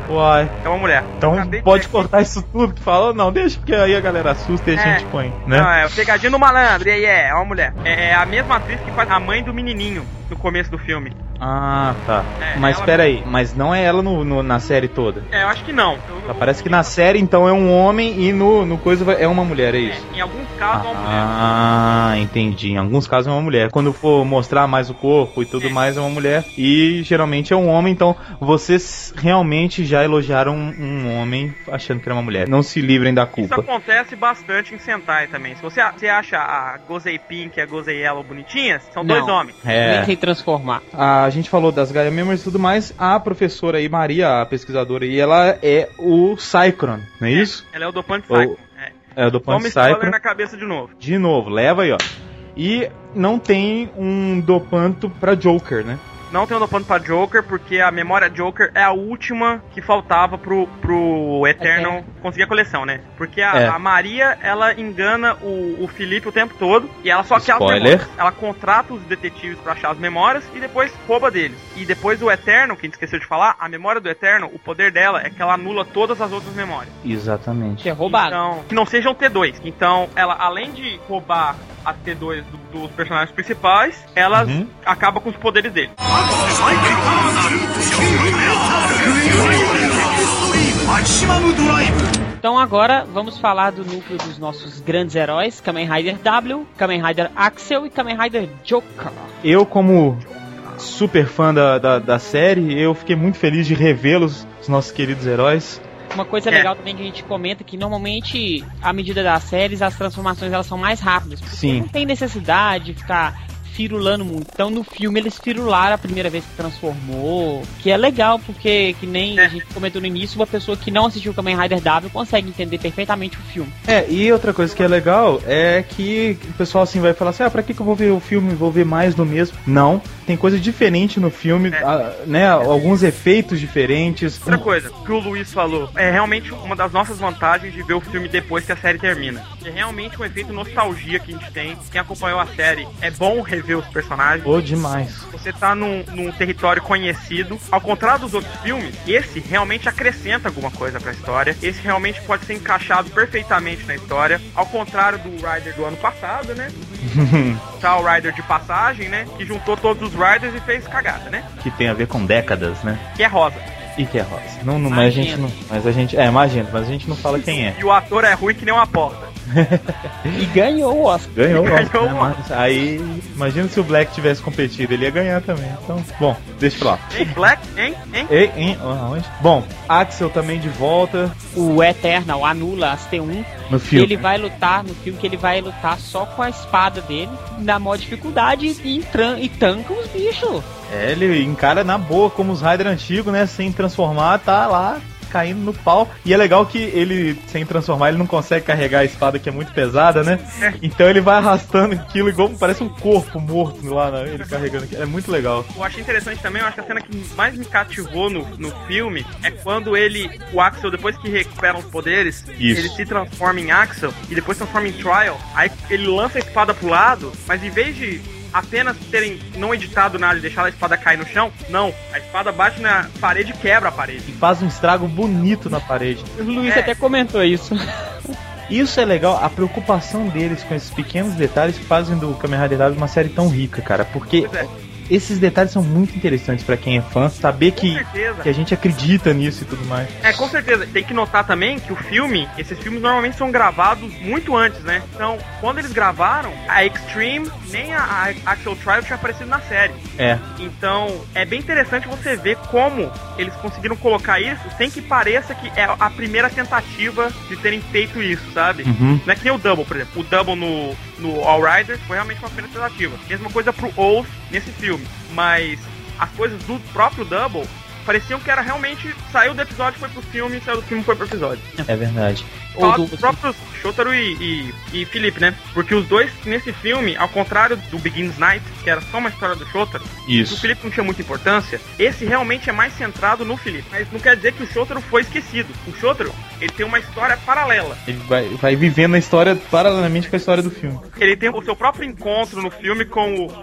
S1: Uai,
S3: É uma mulher.
S1: então
S3: Acabei de
S1: pode
S3: ver
S1: cortar isso tudo que falou? Não, deixa, porque aí a galera assusta e a
S3: É.
S1: gente põe,
S3: Não,
S1: né?
S3: é pegadinha do malandro, e aí é, é uma mulher. É, é a mesma atriz que faz a mãe do menininho no começo do filme.
S1: Ah, tá.
S3: É,
S1: Mas
S3: ela-
S1: pera aí, mas não é ela no- no- na série toda.
S3: É, eu acho que não. Eu-
S1: Tá, Parece que na série, então, é um homem e no, no coisa vai- é uma mulher, é isso?
S3: É, em alguns casos é uma mulher.
S1: Ah, entendi. Em alguns casos é uma mulher. Quando for mostrar mais o corpo e tudo
S3: É.
S1: mais, é uma mulher. E geralmente é um homem, então vocês realmente já elogiaram um, um homem achando que era uma mulher. Não se livrem da
S3: Isso
S1: culpa.
S3: acontece bastante em Sentai também. Se você, você acha a Gozei Pink e a Gozei Yellow bonitinhas, são
S2: Não.
S3: dois homens.
S2: Nem
S1: É.
S2: sei transformar.
S1: A gente falou das Gaia Memories e tudo mais. A professora aí, Maria, a pesquisadora aí, ela é o Cycron, não é isso?
S3: Ela é o dopante
S1: Ou-
S3: Psycho. É.
S1: É o do Pan
S3: Toma spoiler né?
S1: Cycron.
S3: na cabeça de novo.
S1: De novo, leva aí, ó. E não tem um dopanto pra Joker, né?
S3: Não tem o dopante pra Joker, porque a memória Joker é a última que faltava pro, pro Eternal conseguir a coleção, né? Porque a,
S1: É.
S3: a Maria, ela engana o, o Felipe o tempo todo e ela só quer as
S1: Spoiler.
S3: memórias. Ela contrata os detetives pra achar as memórias e depois rouba deles. E depois o Eterno, que a gente esqueceu de falar, a memória do Eterno, o poder dela é que ela anula todas as outras memórias.
S1: Exatamente.
S2: Que é roubado.
S3: Então, que não sejam T2. Então, ela, além de roubar as T2 do- dos personagens principais, ela
S1: Uhum.
S3: acaba com os poderes dele.
S2: Então agora vamos falar do núcleo dos nossos grandes heróis, Kamen Rider W, Kamen Rider Axel e Kamen Rider Joker.
S1: Eu, como super fã da, da, da série, eu fiquei muito feliz de revê-los, os nossos queridos heróis.
S2: Uma coisa
S3: É.
S2: legal também que a gente comenta é que normalmente, à medida das séries, as transformações elas são mais rápidas. porque
S1: Sim.
S2: Não tem necessidade de ficar firulando muito. Então no filme eles firularam a primeira vez que transformou, que é legal porque que nem a gente comentou no início, uma pessoa que não assistiu Kamen Rider W consegue entender perfeitamente o filme.
S1: É, e outra coisa que é legal é que o pessoal assim vai falar assim: ah, pra que, que eu vou ver o filme? Vou ver mais do mesmo. Não, tem coisa diferente no filme, ah, né? Alguns efeitos diferentes. um
S3: É. Outra coisa que o Luiz falou é realmente uma das nossas vantagens de ver o filme depois que a série termina. É realmente um efeito nostalgia que a gente tem. Quem acompanhou a série é bom rever os personagens.
S1: Pô, demais.
S3: Você tá num, num território conhecido. Ao contrário dos outros filmes, esse realmente acrescenta alguma coisa pra história. Esse realmente pode ser encaixado perfeitamente na história. Ao contrário do Rider do ano passado, né? Tá o Rider de passagem, né? Que juntou todos os Riders e fez cagada, né?
S1: Que tem a ver com décadas, né?
S3: Que é rosa.
S1: E que é rosa. Não, não, mas a gente não. Mas a gente. É, imagina, mas a gente não fala quem é.
S3: E o ator é ruim que nem uma porta.
S2: E ganhou o Oscar.
S1: Ganhou, o Oscar,
S3: Ganhou
S1: né?
S3: o
S1: Mas Aí, imagina se o Black tivesse competido, ele ia ganhar também. Então, bom, deixa pra lá.
S3: Hein, Black? Hein? Hein?
S1: Ei, hein? Aonde? Bom, Axel também de volta
S2: O Eternal anula as T1.
S1: no filme.
S2: Ele vai lutar no filme que ele vai lutar só com a espada dele, na maior dificuldade, e, entran- e tanca os bichos.
S1: É, ele encara na boa como os Rider antigos, né? Sem transformar, tá lá caindo no pau. E é legal que ele, sem transformar, ele não consegue carregar a espada que é muito pesada, né?
S2: É.
S1: Então ele vai arrastando aquilo igual parece um corpo morto lá, né? ele carregando aquilo. É muito legal.
S3: Eu achei interessante também, eu acho que a cena que mais me cativou no, no filme é quando ele, o Axel, depois que recupera os poderes,
S1: Isso.
S3: ele se transforma em Axel e depois se transforma em Trial. Aí ele lança a espada pro lado, mas em vez de apenas terem não editado nada e deixado a espada cair no chão, não. A espada bate na parede e quebra a parede.
S1: E faz um estrago bonito na parede.
S2: O Luiz
S3: É.
S2: até comentou isso.
S1: Isso é legal, a preocupação deles com esses pequenos detalhes que fazem do Kamen Rider W uma série tão rica, cara. Porque
S3: Pois é,
S1: esses detalhes são muito interessantes pra quem é fã, saber
S3: com
S1: que,
S3: certeza.
S1: que a gente acredita nisso e tudo mais.
S3: É, com certeza. Tem que notar também que o filme, esses filmes normalmente são gravados muito antes, né? Então, quando eles gravaram, a Extreme nem a, a Actual Trial tinha aparecido na série.
S1: É,
S3: Então, é bem interessante você ver como eles conseguiram colocar isso sem que pareça que é a primeira tentativa de terem feito isso, sabe?
S1: Uhum.
S3: Não é que nem o Double, por exemplo. O Double no, no All Riders foi realmente uma primeira tentativa. Mesma coisa pro Oath nesse filme. Mas as coisas do próprio Double pareciam que era realmente... Saiu do episódio, foi pro filme, saiu do filme, foi pro episódio.
S1: é verdade.
S3: Falar
S2: Ou
S3: dos
S2: do-
S3: próprios Shotaro e, e, e Felipe, né? Porque os dois, nesse filme, ao contrário do Begins Night, que era só uma história do Shotaro, o
S1: Isso.
S3: Felipe não tinha muita importância. Esse realmente é mais centrado no Felipe. Mas não quer dizer que o Shotaro foi esquecido. O Shotaro, ele tem uma história paralela.
S1: Ele vai, vai vivendo a história paralelamente com a história do filme.
S3: Ele tem o seu próprio encontro no filme com o...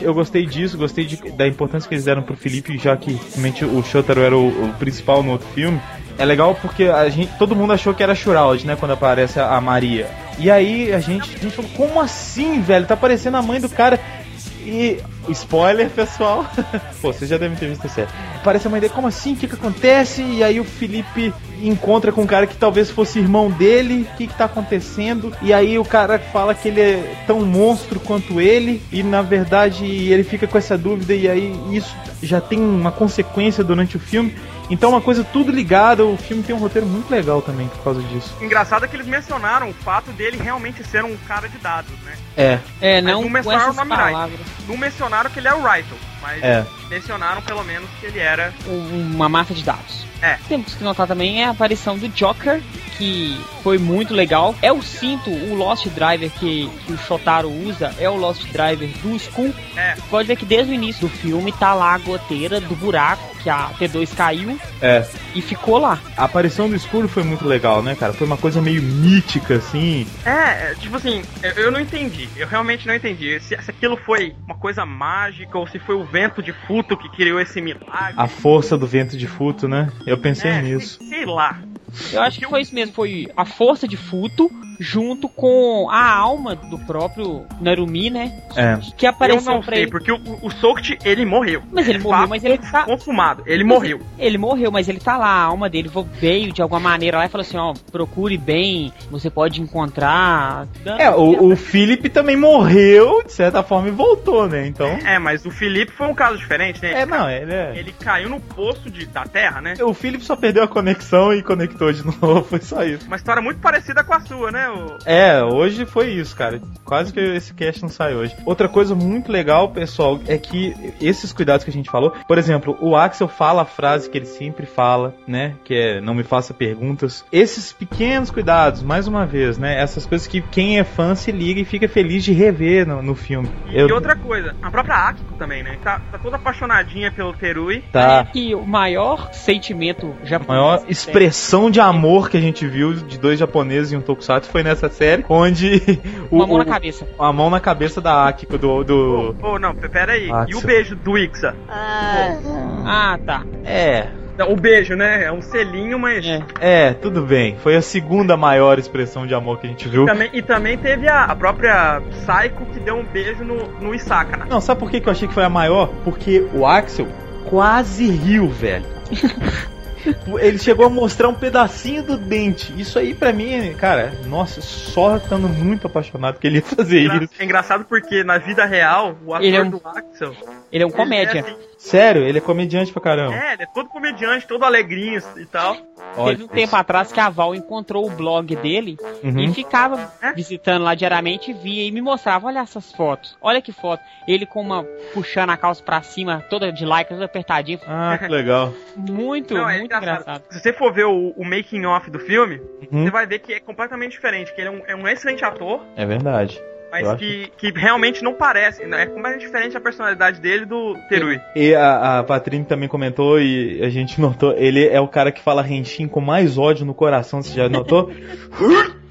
S1: Eu gostei disso, gostei de- da importância que eles deram pro Felipe, já que realmente o Shotaro era o, o principal no outro filme. É legal porque a gente, todo mundo achou que era Shroud, né? Quando aparece a, a Maria. E aí a gente, a gente falou, como assim, velho? Tá aparecendo a mãe do cara. E. Spoiler, pessoal. <laughs> Pô, vocês já devem ter visto a série. Aparece a mãe dele, como assim? O que, que acontece? E aí o Felipe encontra com um cara que talvez fosse irmão dele. O que, que tá acontecendo? E aí o cara fala que ele é tão monstro quanto ele. E na verdade ele fica com essa dúvida. E aí isso já tem uma consequência durante o filme. Então, uma coisa tudo ligada. O filme tem um roteiro muito legal também por causa disso.
S3: Engraçado é que eles mencionaram o fato dele realmente ser um cara de dados, né?
S1: É,
S2: É,
S3: Mas um
S2: não
S3: não
S2: com
S3: mencionaram
S2: essas
S3: o nome Knight.
S2: palavras.
S3: Não mencionaram que ele é o Raito, mas
S1: é.
S3: mencionaram pelo menos que ele era...
S2: um- uma massa de dados.
S3: É.
S2: Temos que notar também é a aparição do Joker, que foi muito legal. É o cinto, o Lost Driver que, que o Shotaro usa, é o Lost Driver do Skull.
S3: É.
S2: Pode ver que desde o início do filme tá lá a goteira do buraco que a T2 caiu
S1: É.
S2: e ficou lá.
S1: A aparição do escuro foi muito legal, né, cara? Foi uma coisa meio mítica, assim.
S3: É, é, tipo assim, eu, eu não entendi. Eu realmente não entendi. Se, se aquilo foi uma coisa mágica ou se foi o vento de futo que criou esse milagre.
S1: A força do vento de futo, né? Eu Ah, pensei
S3: É,
S1: nisso.
S3: Sei lá.
S2: Eu acho que foi isso mesmo, foi a força de Futo junto com a alma do próprio Narumi, né?
S1: É.
S2: Que
S3: eu
S2: apareceu
S3: não
S2: pra
S3: sei, é
S2: ele.
S3: porque o, o Sokt, ele morreu.
S2: Mas ele morreu, mas ele tá,
S3: Confumado, ele
S2: Mas
S3: morreu.
S2: Ele morreu, mas ele tá lá, a alma dele vo- veio de alguma maneira lá e falou assim, ó, procure bem, você pode encontrar.
S1: É, o, o Philip também morreu, de certa forma, e voltou, né? Então.
S3: É, mas o Felipe foi um caso diferente, né?
S1: É, não, ele é.
S3: Ele caiu no poço de, da terra, né?
S1: O Philip só perdeu a conexão e surtou de <laughs> novo, foi só isso.
S3: Uma história muito parecida com a sua, né? ô?
S1: É, hoje foi isso, cara. Quase que esse cast não sai hoje. Outra coisa muito legal, pessoal, é que esses cuidados que a gente falou, por exemplo, o Axel fala a frase que ele sempre fala, né? Que é não me faça perguntas. Esses pequenos cuidados, mais uma vez, né? Essas coisas que quem é fã se liga e fica feliz de rever no, no filme.
S3: E, e outra coisa, a própria Akiko também, né? Tá, tá toda apaixonadinha pelo Terui.
S1: Tá.
S2: E o maior sentimento
S1: A
S2: japonês.
S1: maior
S2: que tem.
S1: expressão de amor que a gente viu de dois japoneses e um tokusatsu foi nessa série, onde <laughs> o,
S2: Uma mão na
S1: o,
S2: cabeça.
S1: a mão na cabeça da Akiko do,
S3: Ô,
S1: do
S3: ô, não, pe- pera aí.
S1: Ah,
S3: E o
S1: seu-
S3: beijo do Ixa?
S2: Ah, tá.
S1: é,
S3: O beijo, né? É um selinho, mas.
S2: É.
S1: é, tudo bem. Foi a segunda maior expressão de amor que a gente viu.
S3: Também, e também teve a, a própria Psycho que deu um beijo no, no Isaka. né?
S1: Não, sabe por que que eu achei que foi a maior? Porque o Axel quase riu,
S2: <laughs>
S1: velho. Ele chegou a mostrar um pedacinho do dente. Isso aí pra mim, cara, nossa, só estando muito apaixonado que ele ia fazer
S3: Engra-
S1: isso.
S3: É engraçado porque na vida real, o ator
S2: Ele é um-
S3: do Axel.
S2: Ele é um comédia.
S3: Ele é, assim,
S1: Sério, ele é comediante pra caramba.
S3: é, ele é todo comediante, todo alegrinho e tal.
S1: Olha
S2: Teve um tempo assim, atrás que a Val encontrou o blog dele
S1: isso. Uhum.
S2: e ficava
S3: É?
S2: visitando lá diariamente e via e me mostrava, olha essas fotos, olha que foto. Ele com uma puxando a calça pra cima, toda de lycra, toda apertadinha.
S1: Ah, que legal.
S2: Muito,
S3: Não, é
S2: muito
S3: engraçado.
S2: engraçado.
S3: Se você for ver o, o making off do filme,
S1: Uhum.
S3: você vai ver que é completamente diferente, que ele é um, é um excelente ator,
S1: É verdade. Eu
S3: mas
S1: acho
S3: que, que realmente não parece. né? É completamente diferente a personalidade dele do Terui.
S1: E a, a Patrine também comentou e a gente notou, ele é o cara que fala Henshin com mais ódio no coração, você já notou?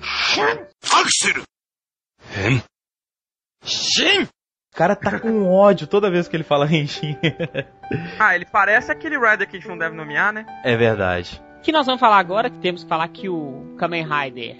S5: アクセル変身
S1: o cara tá com ódio toda vez que ele fala Henshin.
S3: Ah, ele parece aquele Rider que a gente não deve nomear, né?
S1: é verdade.
S2: que nós vamos falar agora, que temos que falar que o Kamen Rider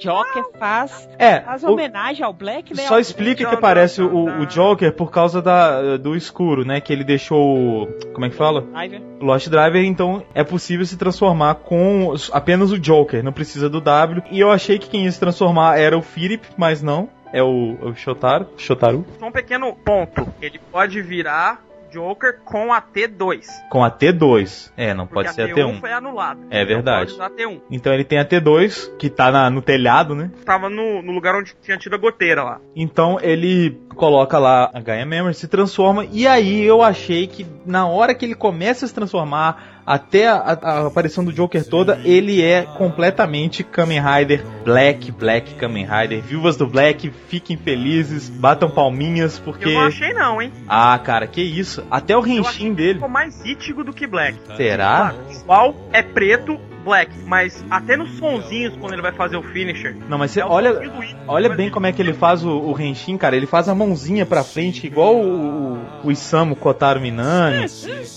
S2: Joker faz,
S1: É,
S2: faz
S1: o-
S2: homenagem ao Black, né?
S1: só explica que parece o, o Joker por causa da, do escuro, né? Que ele deixou. o- Como é que fala?
S2: Driver.
S1: Lost Driver, então é possível se transformar com s- apenas o Joker, não precisa do W. E eu achei que quem ia se transformar era o Philip, mas não. É o, o Shotaro. Shotaru.
S3: Só um pequeno ponto. Ele pode virar Joker com a T2.
S1: Com a T2. É, não
S3: Porque
S1: pode ser a
S3: T1
S1: T1.
S3: foi anulada.
S1: É verdade.
S3: Não pode usar T1.
S1: Então ele tem a T2, que tá na- no telhado, né?
S3: Tava no, no lugar onde tinha tido a goteira lá.
S1: Então ele coloca lá a Gaia Memory, se transforma, e aí eu achei que na hora que ele começa a se transformar, até a, a aparição do Joker toda, ele é completamente Kamen Rider, Black, Black Kamen Rider. Viúvas do Black, fiquem felizes, batam palminhas, porque.
S3: Eu não achei não, hein?
S1: Ah, cara, que isso. Até o Henshin dele.
S3: Ficou mais ítigo do que Black.
S1: Será?
S3: O visual é preto, Black. Mas até nos sonzinhos, quando ele vai fazer o finisher...
S1: Não, mas você
S3: é o
S1: olha.
S3: sonzinho do ítigo,
S1: Olha
S3: mas
S1: bem
S3: ele-
S1: como é que ele faz o, o Henshin, cara. Ele faz a mãozinha pra frente, igual o, o Isamu Kotaro Minami.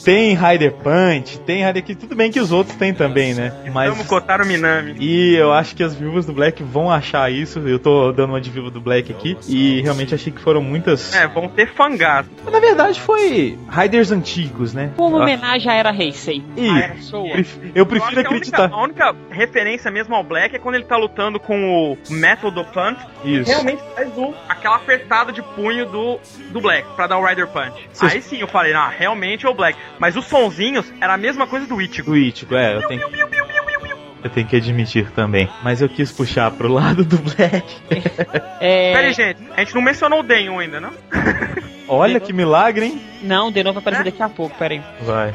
S1: Tem Rider Punch, tem Rider Kick. Tudo bem que os outros têm também, né? Mas.
S3: Vamos cotar o Minami.
S1: E eu acho que as viúvas do Black vão achar isso. Eu tô dando uma de viúva do Black aqui. E realmente achei que foram muitas.
S3: É, vão ter fangado.
S1: Na verdade, foi Riders antigos, né?
S2: Como homenagem à Era Heisei.
S1: E
S3: É, show.
S1: pref- eu
S3: Eu acho
S1: prefiro
S3: que a única-
S1: acreditar.
S3: A única, referência mesmo ao Black é quando ele tá lutando com o Metal do Punk.
S1: Isso.
S3: Realmente faz o, aquela apertada de punho do, do Black pra dar o Rider Punch.
S1: Cês-
S3: Aí sim eu falei, ah, realmente é o Black. Mas os sonzinhos era a mesma coisa do Ichigo.
S1: do Ichigo, é, eu tenho que... Eu tenho que admitir também. Mas eu quis puxar pro lado do Black.
S2: É,
S3: Pera aí, gente, a gente não mencionou o Denho ainda, não?
S1: Olha que milagre, hein?
S2: não, de novo vai aparecer daqui a pouco, peraí.
S1: Vai.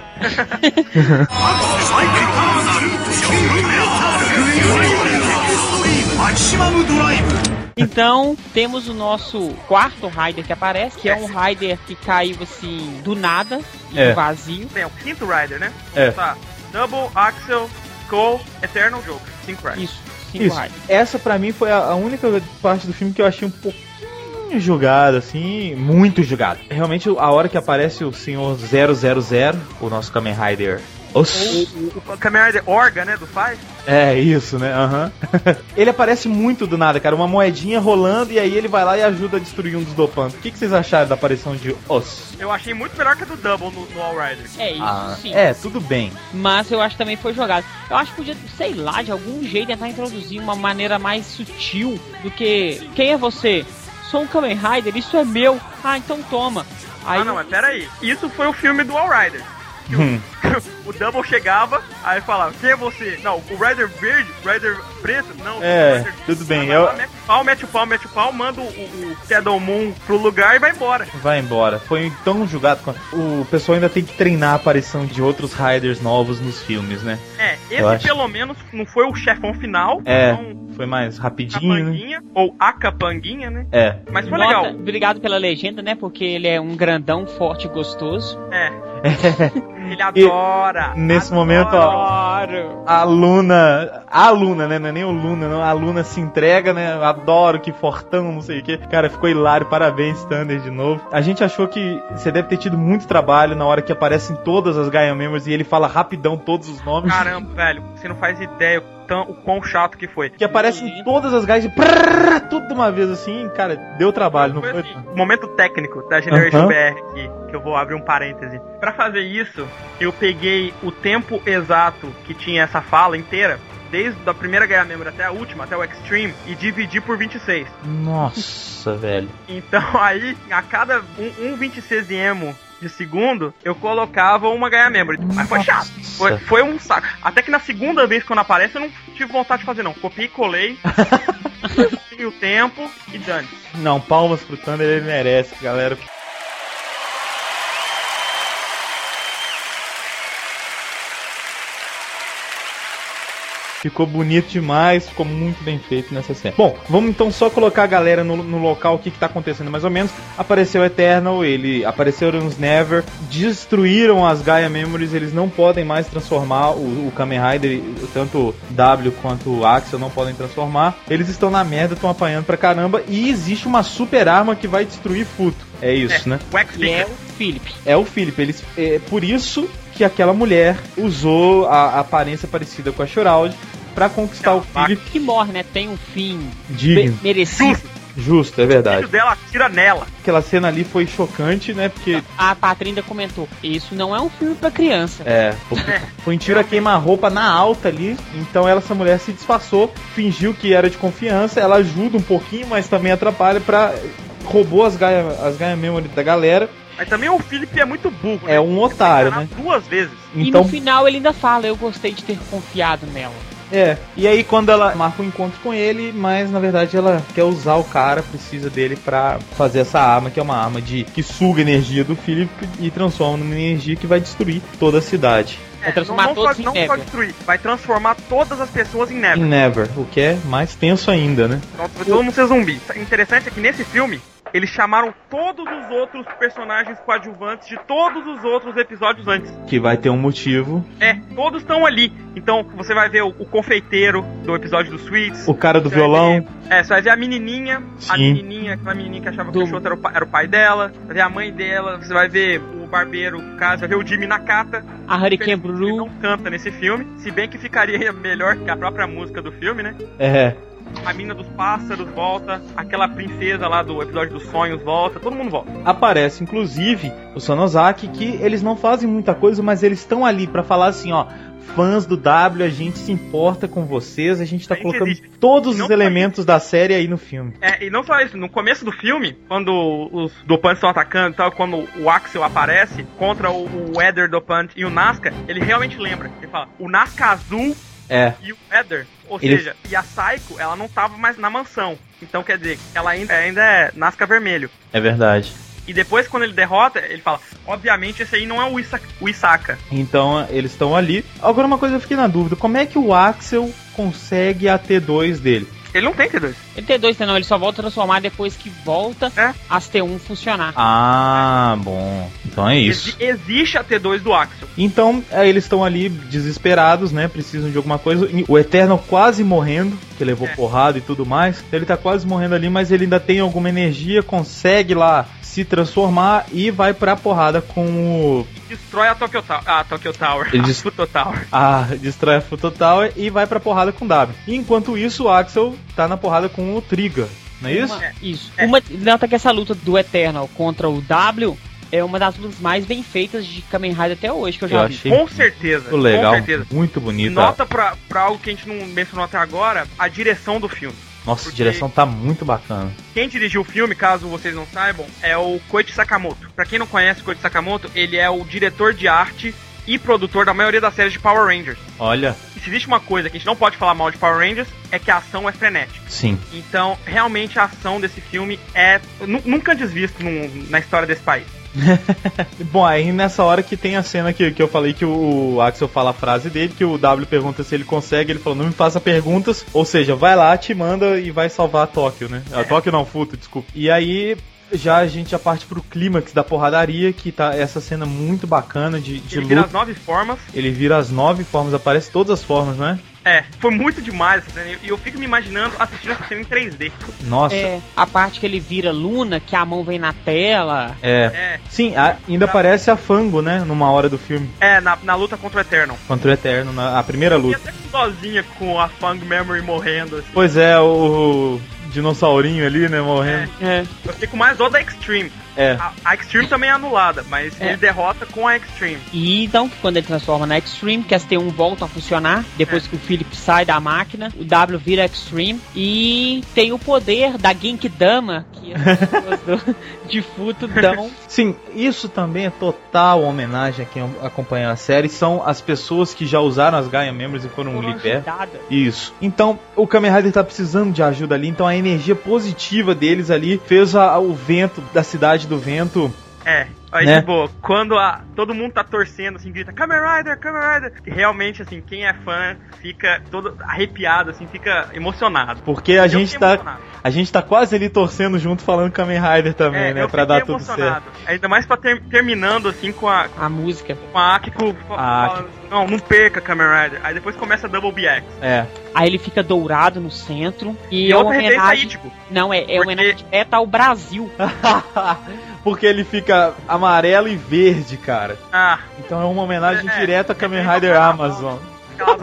S2: Então, temos o nosso quarto Raider que aparece, que é um Raider que caiu assim do nada, e
S1: É.
S2: do vazio.
S3: Bem, é o quinto Rider, né?
S1: É.
S3: Tá. Double, Axel, Cole, Eternal Joker. Cinco Riders.
S2: Isso, cinco
S1: Isso.
S2: Raiders.
S1: Essa pra mim foi a a única parte do filme que eu achei um pouquinho julgada, assim, muito julgada. Realmente, a hora que aparece o senhor 000, o nosso Kamen Rider. Oss-
S3: O Kamen Rider Orga, né, do pai?
S1: É isso, né? Aham. <laughs> ele aparece muito do nada, cara. Uma moedinha rolando e aí ele vai lá e ajuda a destruir um dos dopantes. O que, que vocês acharam da aparição de Os?
S3: Eu achei muito melhor que a do Double no, no All Rider.
S2: É isso, sim.
S1: é, tudo bem.
S2: Mas eu acho que também foi jogado. Eu acho que podia, sei lá, de algum jeito tentar introduzir uma maneira mais sutil do que. Quem é você? Sou um Kamen Rider, isso é meu. Ah, então toma. Aí
S3: Ah, não, mas pera aí. Isso foi o filme do All Rider.
S1: Hum.
S3: <laughs> o Double chegava, aí falava, quem é você? Não, o Rider verde, Rider preto, não.
S1: É,
S3: o Rider...
S1: tudo bem,
S3: Vai lá,
S1: eu-
S3: Mete o pau, mete o pau, mete o pau, manda o, o, o Shadow Moon pro lugar e vai embora.
S1: Vai embora. Foi tão julgado. quanto- O pessoal ainda tem que treinar a aparição de outros Riders novos nos filmes, né?
S3: É,
S1: Eu acho.
S3: esse pelo menos não foi o chefão final.
S1: É.
S3: Então,
S1: Foi mais rapidinho, né?
S3: capanguinha, ou a capanguinha, né?
S1: É.
S3: Mas foi
S2: Nota-
S3: legal.
S2: Obrigado pela legenda, né? Porque ele é um grandão, forte e gostoso.
S3: é.
S1: <laughs>
S3: Ele adora.
S1: Nesse
S3: adora.
S1: momento, ó, a Luna. A Luna, né? Não é nem o Luna, não. A Luna se entrega, né? Eu Adoro, que fortão, não sei o quê. Cara, ficou hilário. Parabéns, Thunder, de novo. A gente achou que você deve ter tido muito trabalho na hora que aparecem todas as Gaia Members e ele fala rapidão todos os nomes.
S3: Caramba, velho, você não faz ideia o, tão, o quão chato que foi.
S1: Que aparecem todas as gaias de prrr, tudo de uma vez assim, cara, deu trabalho, não
S3: Foi
S1: foi?
S3: assim, momento técnico da Generation
S1: Aham.
S3: BR aqui, que eu vou abrir um parêntese. Pra fazer isso, eu peguei o tempo exato que tinha essa fala inteira, desde a primeira Gaia Membro até a última, até o Extreme, e dividi por 26.
S1: Nossa, velho.
S3: Então <laughs> aí, a cada um, um 26 emo de segundo, eu colocava uma Gaia Membro. Mas foi chato. Foi, foi um saco. Até que na segunda vez quando aparece, eu não tive vontade de fazer, não. Copiei e
S1: <laughs>
S3: colei. <laughs> Tive o tempo e dane.
S1: Não, palmas pro Thunder, ele merece, galera. Ficou bonito demais, ficou muito bem feito nessa cena. Bom, vamos então só colocar a galera no, no local, o que, que tá acontecendo mais ou menos. Apareceu Eternal, ele apareceram os Never, destruíram as Gaia Memories, eles não podem mais transformar o, o Kamen Rider, tanto W quanto o Axel não podem transformar. Eles estão na merda, estão apanhando pra caramba e existe uma super arma que vai destruir Futo. É isso, né?
S3: O X
S2: E é o Philip.
S1: É o Philip. Eles, é por isso que aquela mulher usou a, a aparência parecida com a Shroud pra conquistar o Philip
S2: Que morre, né? Tem um fim
S1: digno.
S2: me- merecido.
S1: Justo, é
S3: o
S1: verdade.
S3: filho dela atira nela.
S1: Aquela cena ali foi chocante, né? Porque
S2: A Patrinda comentou: Isso não é um filme pra criança.
S1: É, porque foi um tiro a queima-roupa na alta ali, então ela, essa mulher se disfarçou, fingiu que era de confiança, ela ajuda um pouquinho, mas também atrapalha pra. roubou as Gaia, as Gaia Memory da galera.
S3: Mas também o Felipe é muito burro.
S1: É um otário,
S3: Enganar
S1: né?
S3: Duas vezes.
S2: E
S1: Então,
S2: no final ele ainda fala: Eu gostei de ter confiado nela.
S1: é. E aí, quando ela marca o encontro com ele, mas na verdade ela quer usar o cara, precisa dele pra fazer essa arma, que é uma arma de que suga a energia do Philip e transforma numa energia que vai destruir toda a cidade.
S2: Vai transformar
S3: É, não, não
S2: todos
S3: só,
S2: em
S3: não só
S2: neve.
S3: destruir, vai transformar todas as pessoas em
S1: E
S3: neve.
S1: Never, o que é mais tenso ainda, né?
S3: Então, vai todo mundo ser zumbi. O Interessante é que nesse filme, eles chamaram todos os outros personagens coadjuvantes de todos os outros episódios antes.
S1: Que vai ter um motivo
S3: É, todos estão ali. Então você vai ver o, o confeiteiro do episódio do Sweets.
S1: O cara do violão.
S3: É, você vai ver a menininha. A
S1: Sim.
S3: menininha, aquela menininha que achava que
S2: Do-
S3: o Peixoto era o, pa- era o pai dela. Vai ver a mãe dela. Você vai ver o barbeiro, o caso. Vai ver o Jimmy Nakata.
S2: A Hurricane
S3: Ele
S2: Blue.
S3: não canta nesse filme. Se bem que ficaria <laughs> melhor que a própria música do filme, né?
S1: É.
S3: A mina dos pássaros volta. Aquela princesa lá do episódio dos sonhos volta. Todo mundo volta.
S1: Tá
S3: É
S1: Aparece, inclusive, o Sonozaki, que eles não fazem muita coisa, mas eles estão ali pra falar assim, ó. Fãs do W, a gente se importa com vocês, a gente tá
S3: A gente
S1: colocando
S3: existe.
S1: todos
S3: Não
S1: os elementos da série aí no filme.
S3: É, e não só isso, no começo do filme, quando os dopantes estão atacando e tal, quando o Axel aparece contra o, o Eder dopante e o Nazca, ele realmente lembra. Ele fala, o Nazca azul
S1: É.
S3: e o Eder. Ou
S1: Ele-
S3: seja, e a Psycho, ela não tava mais na mansão. Então quer dizer, ela ainda, ainda é Nazca vermelho.
S1: É verdade.
S3: E depois, quando ele derrota, ele fala, obviamente esse aí não é o, Isa o Isaka.
S1: Então eles estão ali. Agora uma coisa eu fiquei na dúvida, como é que o Axel consegue a T2 dele?
S3: Ele não tem T2.
S2: Ele tem dois, não. Ele só volta a transformar depois que volta
S3: É.
S2: as T1 funcionar.
S1: Ah, bom. Então é isso.
S3: Exi- Existe a T2 do Axel.
S1: Então, é, eles estão ali desesperados, né? Precisam de alguma coisa. E O Eterno quase morrendo, que levou
S3: É.
S1: porrada e tudo mais. Ele tá quase morrendo ali, mas ele ainda tem alguma energia, consegue lá se transformar e vai pra porrada com o.
S3: Destrói a Tokyo, Tower. a Tokyo Tower.
S1: Ele
S3: a
S1: des-
S3: Futo Tower.
S1: A destrói a Futo Tower e vai pra porrada com o W. Enquanto isso, o Axel tá na porrada com o Triga, não é isso?
S2: Uma, isso.
S3: É.
S2: Uma, nota que essa luta do Eternal contra o W é uma das lutas mais bem feitas de Kamen Rider até hoje que eu já vi.
S3: Com certeza.
S1: muito legal,
S3: Com certeza.
S1: muito bonita.
S3: Nota pra, pra algo que a gente não mencionou até agora, a direção do filme.
S1: Nossa, a
S3: porque-
S1: direção tá muito bacana.
S3: Quem dirigiu o filme, caso vocês não saibam, é o Koichi Sakamoto. Pra quem não conhece o Koichi Sakamoto, ele é o diretor de arte e produtor da maioria das séries de Power Rangers.
S1: Olha,
S3: E se existe uma coisa que a gente não pode falar mal de Power Rangers, é que a ação é frenética.
S1: sim.
S3: Então, realmente, a ação desse filme é nu- nunca antes visto num- na história desse país.
S1: Bom, aí nessa hora que tem a cena que, que eu falei que o, o Axel fala a frase dele, que o W pergunta se ele consegue, ele falou, não me faça perguntas, ou seja, vai lá, te manda e vai salvar a Tóquio, né?
S3: É.
S1: A Tóquio não, Futo, desculpa. E aí já a gente já parte pro clímax da porradaria, que tá essa cena muito bacana de, de
S3: Ele vira
S1: luta.
S3: as nove formas.
S1: Ele vira as nove formas, aparece todas as formas, né?
S3: É, foi muito demais essa cena. E eu fico me imaginando assistindo essa cena em 3D.
S1: Nossa, é.
S2: É, a parte que ele vira Luna, que a mão vem na tela.
S3: É,
S1: Sim, a- ainda aparece a Fango, né? Numa hora do filme,
S3: é na, na luta contra o Eternal.
S1: contra o Eterno, na a primeira
S3: E
S1: luta.
S3: até sozinha com a Fang Memory morrendo, assim.
S1: Pois é, o dinossaurinho ali, né, morrendo.
S2: É.
S3: Eu fiquei com mais dó da Extreme.
S1: É.
S3: A, a Extreme também é anulada, mas ele derrota com a Extreme.
S2: E então, que quando ele transforma na Extreme, que as T1 voltam a funcionar. Depois que o Philip sai da máquina, o W vira Extreme. E tem o poder da Genkidama, que as pessoas do, <laughs> de futo
S3: <laughs>
S2: dão.
S1: Sim, Então, isso também é total homenagem a quem acompanha a série. São as pessoas que já usaram as Gaia Members e foram
S2: foram
S1: libertas.
S2: ajudadas.
S1: Isso. Então, o Kamen Rider tá precisando de ajuda ali, então a energia positiva deles ali fez a- o vento da cidade do vento.
S3: É. Aí,
S1: Né?
S3: tipo, quando a, todo mundo tá torcendo, assim, grita, Kamen Rider, Kamen Rider. E realmente, assim, quem é fã fica todo arrepiado, assim, fica emocionado.
S1: Porque a
S3: Eu
S1: gente,
S3: fiquei
S1: tá,
S3: emocionado.
S1: a gente tá quase ali torcendo junto, falando Kamen Rider também,
S3: É,
S1: né?
S3: eu
S1: Pra
S3: fiquei
S1: dar tudo certo.
S3: emocionado. Ainda mais pra ter- terminando, assim, com a,
S2: A música.
S3: com a Akiko.
S1: A
S3: fala, Não, não perca, Kamen Rider. Aí depois começa a Double BX.
S1: É. <laughs>
S2: Aí ele fica dourado no centro. E,
S3: E
S2: é
S3: eu
S2: uma
S3: perdi aí,
S2: homenagem.
S3: tipo.
S2: Não, é, é
S3: Porque-
S2: uma homenagem direta ao Brasil.
S1: Porque ele fica amarelo e verde, cara.
S3: Ah,
S1: Então é uma homenagem
S3: É,
S1: direta a Kamen
S3: é bem
S1: Rider
S3: normal.
S1: Amazon.
S3: aquelas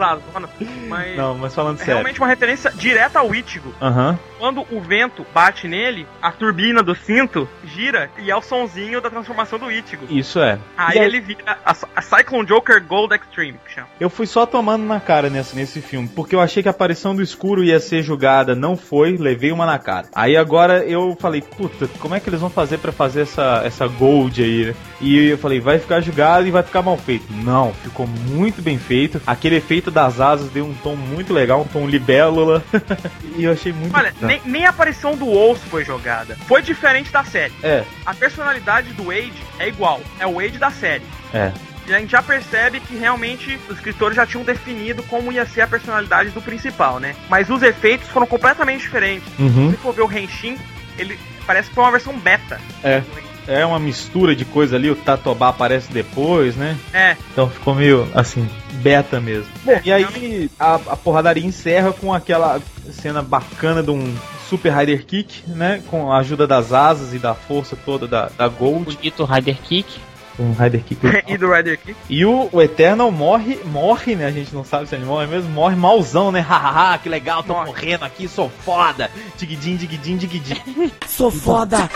S1: <laughs>
S3: azonas. Mas
S1: Não, mas falando
S3: é
S1: sério.
S3: realmente uma referência direta ao Ichigo.
S1: Aham.
S3: Quando o vento bate nele, a turbina do cinto gira e é o sonzinho da transformação do Ichigo.
S1: Isso é.
S3: Aí
S1: E aí-
S3: ele vira a, a Cyclone Joker Gold Extreme, que chama.
S1: Eu fui só tomando na cara nesse, nesse filme, porque eu achei que a aparição do escuro ia ser julgada, não foi, levei uma na cara. Aí agora eu falei, puta, como é que eles vão fazer pra fazer essa, essa gold aí? né? E eu falei, vai ficar julgado e vai ficar mal feito. Não, ficou muito bem feito. Aquele efeito das asas deu um tom muito legal, um tom libélula. <laughs> e eu achei muito.
S3: Olha,
S1: bacana.
S3: nem, nem a aparição do osso foi jogada. Foi diferente da série.
S1: É,
S3: A personalidade do Wade é igual. É o Wade da série.
S1: é.
S3: E a gente já percebe que realmente os escritores já tinham definido como ia ser a personalidade do principal, né? Mas os efeitos foram completamente diferentes.
S1: Uhum.
S3: Se for ver o Henshin, ele parece que foi uma versão beta.
S1: É. É uma mistura de coisa ali, o Tatobá aparece depois, né?
S3: É, <laughs>
S1: Então ficou meio assim, beta mesmo. Bom, e aí a, a porradaria encerra com aquela cena bacana de um Super Rider Kick, né? Com a ajuda das asas e da força toda da, da Gold.
S2: Bonito Rider Kick.
S1: <laughs> Um Rider Kick.
S3: e do Rider Kick.
S1: e o, o Eternal morre, morre, né? A gente não sabe se ele morre mesmo, morre malzão, né? Hahaha, que legal, tô
S3: Morre.
S1: morrendo aqui, sou foda. Digdim, digdim, digdim.
S8: Sou foda.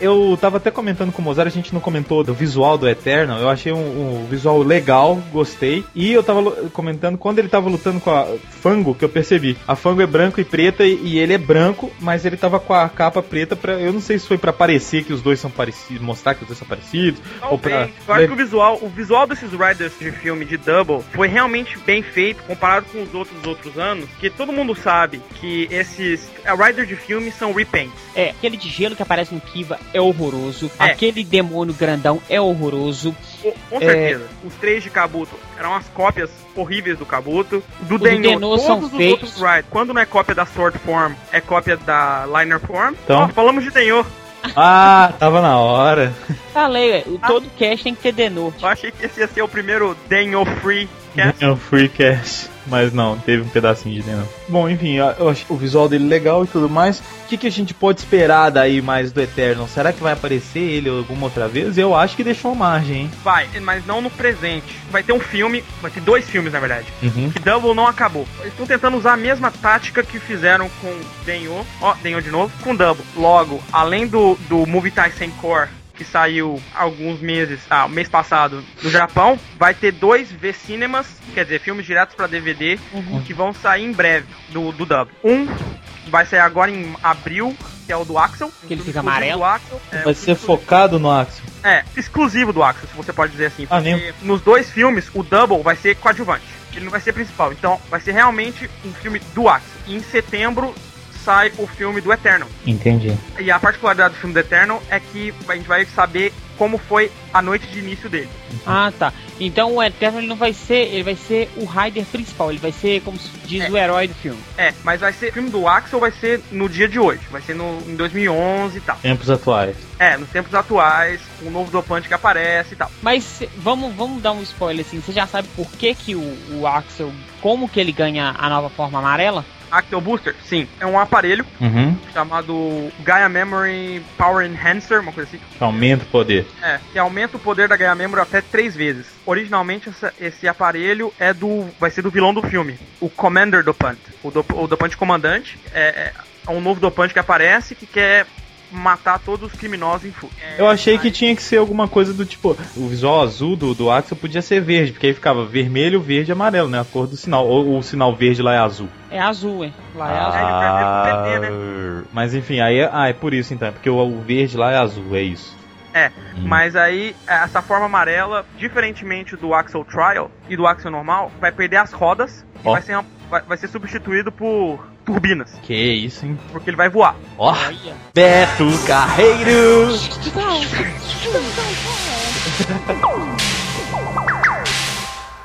S1: Eu tava até comentando com o Mozart, a gente não comentou do visual do Eternal. Eu achei um, um visual legal, gostei. E eu tava lu- comentando quando ele tava lutando com a Fango, que eu percebi. A Fango é branco e preta e, e ele é branco, mas ele tava com a capa preta pra. Eu não sei se foi pra parecer que os dois são parecidos, mostrar que os dois são parecidos.
S3: Então,
S1: ou pra-
S3: bem, Eu acho que o visual, o visual desses Riders de filme de Double foi realmente bem feito comparado com os outros dos outros anos, que todo mundo sabe que esses é, Riders de filme são repaints.
S2: É, aquele de gelo que aparece no Kiva é horroroso.
S3: É.
S2: Aquele demônio grandão é horroroso.
S3: Com, É, com certeza. Os três de Kabuto eram as cópias horríveis do Kabuto. Do Denyo,
S2: Denyo
S3: todos
S2: são
S3: os
S2: feios.
S3: outros Riders. Quando não é cópia da Sword Form, é cópia da Liner Form.
S1: Então.
S3: Ó, falamos de Denyo.
S1: Ah, tava na hora.
S2: Falei, ué, o
S3: Ah.
S2: todo cast tem que ter Denô.
S3: Eu achei que esse ia ser o primeiro Denyo Free Cast.
S1: É um free cash. Mas não, teve um pedacinho de dentro. Bom, enfim, eu eu achei o visual dele legal e tudo mais. O que, que a gente pode esperar daí mais do Eternal? Será que vai aparecer ele alguma outra vez? Eu acho que deixou margem, hein?
S3: Vai, mas não no presente. Vai ter um filme, vai ter dois filmes na verdade.
S1: Uhum.
S3: Que Double não acabou. Eles estão tentando usar a mesma tática que fizeram com Denyo, ó, Denyo de novo, com Double. Logo, além do, do Movie Tyson Core, que saiu há alguns meses, ah, mês passado, no Japão, vai ter dois V-Cinemas, quer dizer, filmes diretos pra DVD, que vão sair em breve do, do dub. Um vai sair agora em abril, que é o do Axel.
S2: Aquele
S3: Um filme
S2: fica
S3: exclusivo
S2: amarelo.
S3: do Axel. É, um
S1: Vai ser
S3: filme
S1: focado no Axel.
S3: é, exclusivo do Axel, se você pode dizer assim.
S1: Ah,
S3: porque
S1: mesmo?
S3: nos dois filmes, o Double vai ser coadjuvante. Ele não vai ser principal. Então, vai ser realmente um filme do Axel. E em setembro sai o filme do Eternal.
S1: Entendi.
S3: E a particularidade do filme do Eternal é que a gente vai saber como foi a noite de início dele.
S2: Ah, tá. Então o Eterno ele não vai ser, ele vai ser o Raider principal, ele vai ser, como se diz, o herói do filme.
S3: É, mas vai ser. O filme do Axel vai ser no dia de hoje. Vai ser no, em 2011 e tal.
S1: Tempos atuais.
S3: É, nos tempos atuais, com o novo dopante que aparece e tal.
S2: Mas cê- vamos, vamos dar um spoiler assim, você já sabe por que que o, o Axel, como que ele ganha a nova forma amarela?
S3: Axel Booster, sim, é um aparelho
S1: Uhum.
S3: chamado Gaia Memory Power Enhancer, uma coisa assim.
S1: Aumenta o poder.
S3: É, que aumenta o poder da Gaia Memory até três vezes. Originalmente, essa- esse aparelho é do. vai ser do vilão do filme, o Commander Dopant. O, dop, o Dopante Comandante é, é um novo dopante que aparece que quer matar todos os criminosos em fuga. É,
S1: Eu achei que tinha que ser alguma coisa do tipo. O visual azul do, do Axel podia ser verde, porque aí ficava vermelho, verde e amarelo, né? A cor do sinal. Ou o sinal verde lá é azul.
S2: É azul, hein? Lá é
S3: Ah.
S2: azul.
S3: azul. É, e o vermelho
S1: Mas enfim, aí é, ah, é por isso então, é porque o, o verde lá é azul, é isso.
S3: É,
S1: Hum.
S3: Mas aí, é, essa forma amarela, diferentemente do Axel Trial e do Axel normal, vai perder as rodas e
S1: Ó.
S3: vai ser, vai, vai ser substituído por turbinas,
S1: Que isso, hein?
S3: porque ele vai voar.
S1: Ó,
S2: Olha.
S1: Beto Carreiro!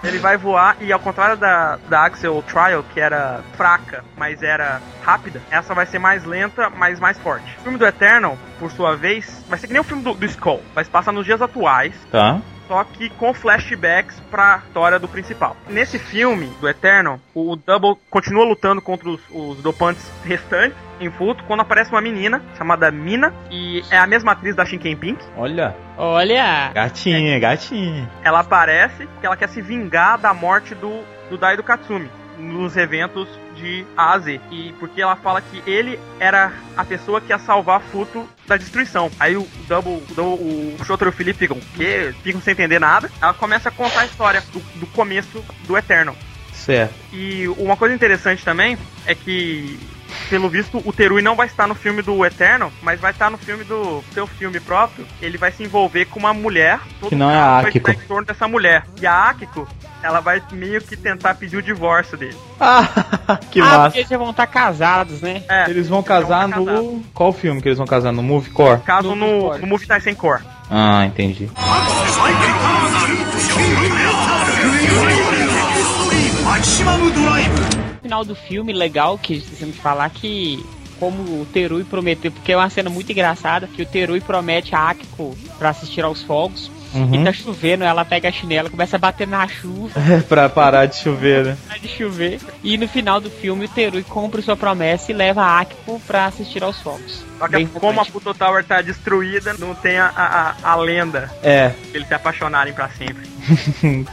S3: Ele vai voar e ao contrário da, da Axel Trial, que era fraca, mas era rápida, essa vai ser mais lenta, mas mais forte. O filme do Eternal, por sua vez, vai ser que nem o filme do, do Skull, vai se passar nos dias atuais,
S1: Tá.
S3: só que com flashbacks pra história do principal. Nesse filme do Eternal, o Double continua lutando contra os, os dopantes restantes em Futo, quando aparece uma menina chamada Mina, e é a mesma atriz da Shinken Pink.
S1: Olha,
S2: Olha.
S1: gatinha, gatinha.
S3: Ela aparece porque ela quer se vingar da morte do, do Daido Katsumi nos eventos de A a Z. E porque ela fala que ele era a pessoa que ia salvar Futo da destruição. Aí o Double, o, Double- o Shotaro e o Felipe ficam, que ficam sem entender nada. Ela começa a contar a história do, do começo do Eterno.
S1: Certo.
S3: E uma coisa interessante também é que, pelo visto, o Terui não vai estar no filme do Eterno, mas vai estar no filme do seu filme próprio. Ele vai se envolver com uma mulher. todo
S1: Que não é
S3: mundo
S1: a
S3: vai
S1: Akiko.
S3: estar em torno dessa mulher. E a Akiko, ela vai meio que tentar pedir o divórcio dele.
S1: Ah, <laughs> que
S2: ah,
S1: massa.
S2: porque eles já vão estar casados, né?
S3: É,
S1: Eles vão casar no. Qual filme que eles vão casar? No Movecore?
S3: caso
S4: no
S3: no,
S4: Discord.
S3: no Movie tá Sem Core.
S1: Ah, entendi.
S2: No final do filme, legal, que esquecemos de falar que. Como o Terui prometeu, porque é uma cena muito engraçada, que o Terui promete a Akiko pra assistir aos fogos.
S1: Uhum.
S2: E
S1: <laughs>
S2: tá chovendo, ela pega a chinela, começa a bater na chuva. <laughs>
S1: É pra parar de chover, né?
S2: Para de chover. E no final do filme, o Terui cumpre sua promessa e leva a Akiko pra assistir aos fogos.
S3: Só que
S2: Bem
S3: como a
S2: importante.
S3: Puto Tower tá destruída, não tem a, a, a lenda
S1: É.
S3: pra eles se apaixonarem pra sempre. <laughs>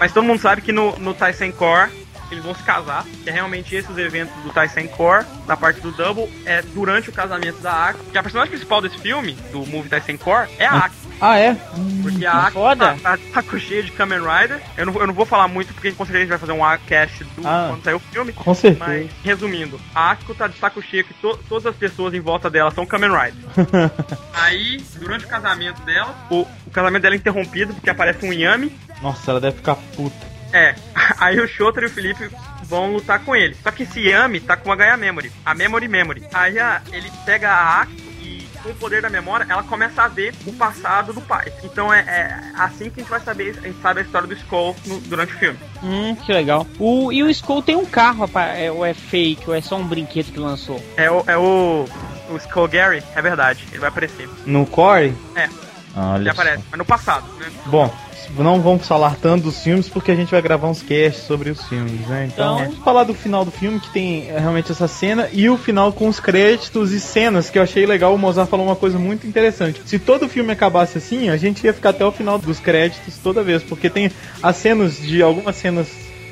S3: Mas todo mundo sabe que no, no Tyson Core eles vão se casar, que é realmente esses os eventos do Tyson Core, da parte do Double, é durante o casamento da Aki. Que a personagem principal desse filme, do movie Tyson Core, é a Aki.
S1: Ah, é?
S3: Porque a Aki
S2: foda.
S3: tá, tá, tá com cheia de Kamen Rider. Eu não, eu não vou falar muito, porque com certeza a gente vai fazer um cast do
S1: Ah.
S3: quando sair o filme.
S1: Com certeza.
S3: Mas, resumindo, a Akiko tá de saco cheio que to- todas as pessoas em volta dela são Kamen Rider.
S1: <laughs>
S3: Aí, durante o casamento dela, o, o casamento dela é interrompido porque aparece um Yami.
S1: Nossa, ela deve ficar puta.
S3: É, <laughs> aí o Shotaro e o Felipe vão lutar com ele. Só que esse Yami tá com uma Gaia Memory, a Memory Memory. Aí a- ele pega a Akiko e com o poder da memória, ela começa a ver o passado do pai. Então é, é assim que a gente vai saber, a gente sabe a história do Skull no- durante o filme.
S2: Hum, que legal. O, e o Skull tem um carro, rapaz, é, ou é fake, ou é só um brinquedo que lançou.
S3: É o, é o, o Skull Gary, é verdade, ele vai aparecer.
S1: No Core?
S3: É. Ele
S1: Olha. só.
S3: aparece, mas no passado, né?
S1: Bom, não vamos falar tanto dos filmes porque a gente vai gravar uns casts sobre os filmes, né? Então,
S2: Então-
S1: vamos falar do final do filme que tem é, realmente essa cena e o final com os créditos e cenas que eu achei legal. O Mozart falou uma coisa muito interessante. Se todo filme acabasse assim, a gente ia ficar até o final dos créditos toda vez, porque tem as cenas de algumas cenas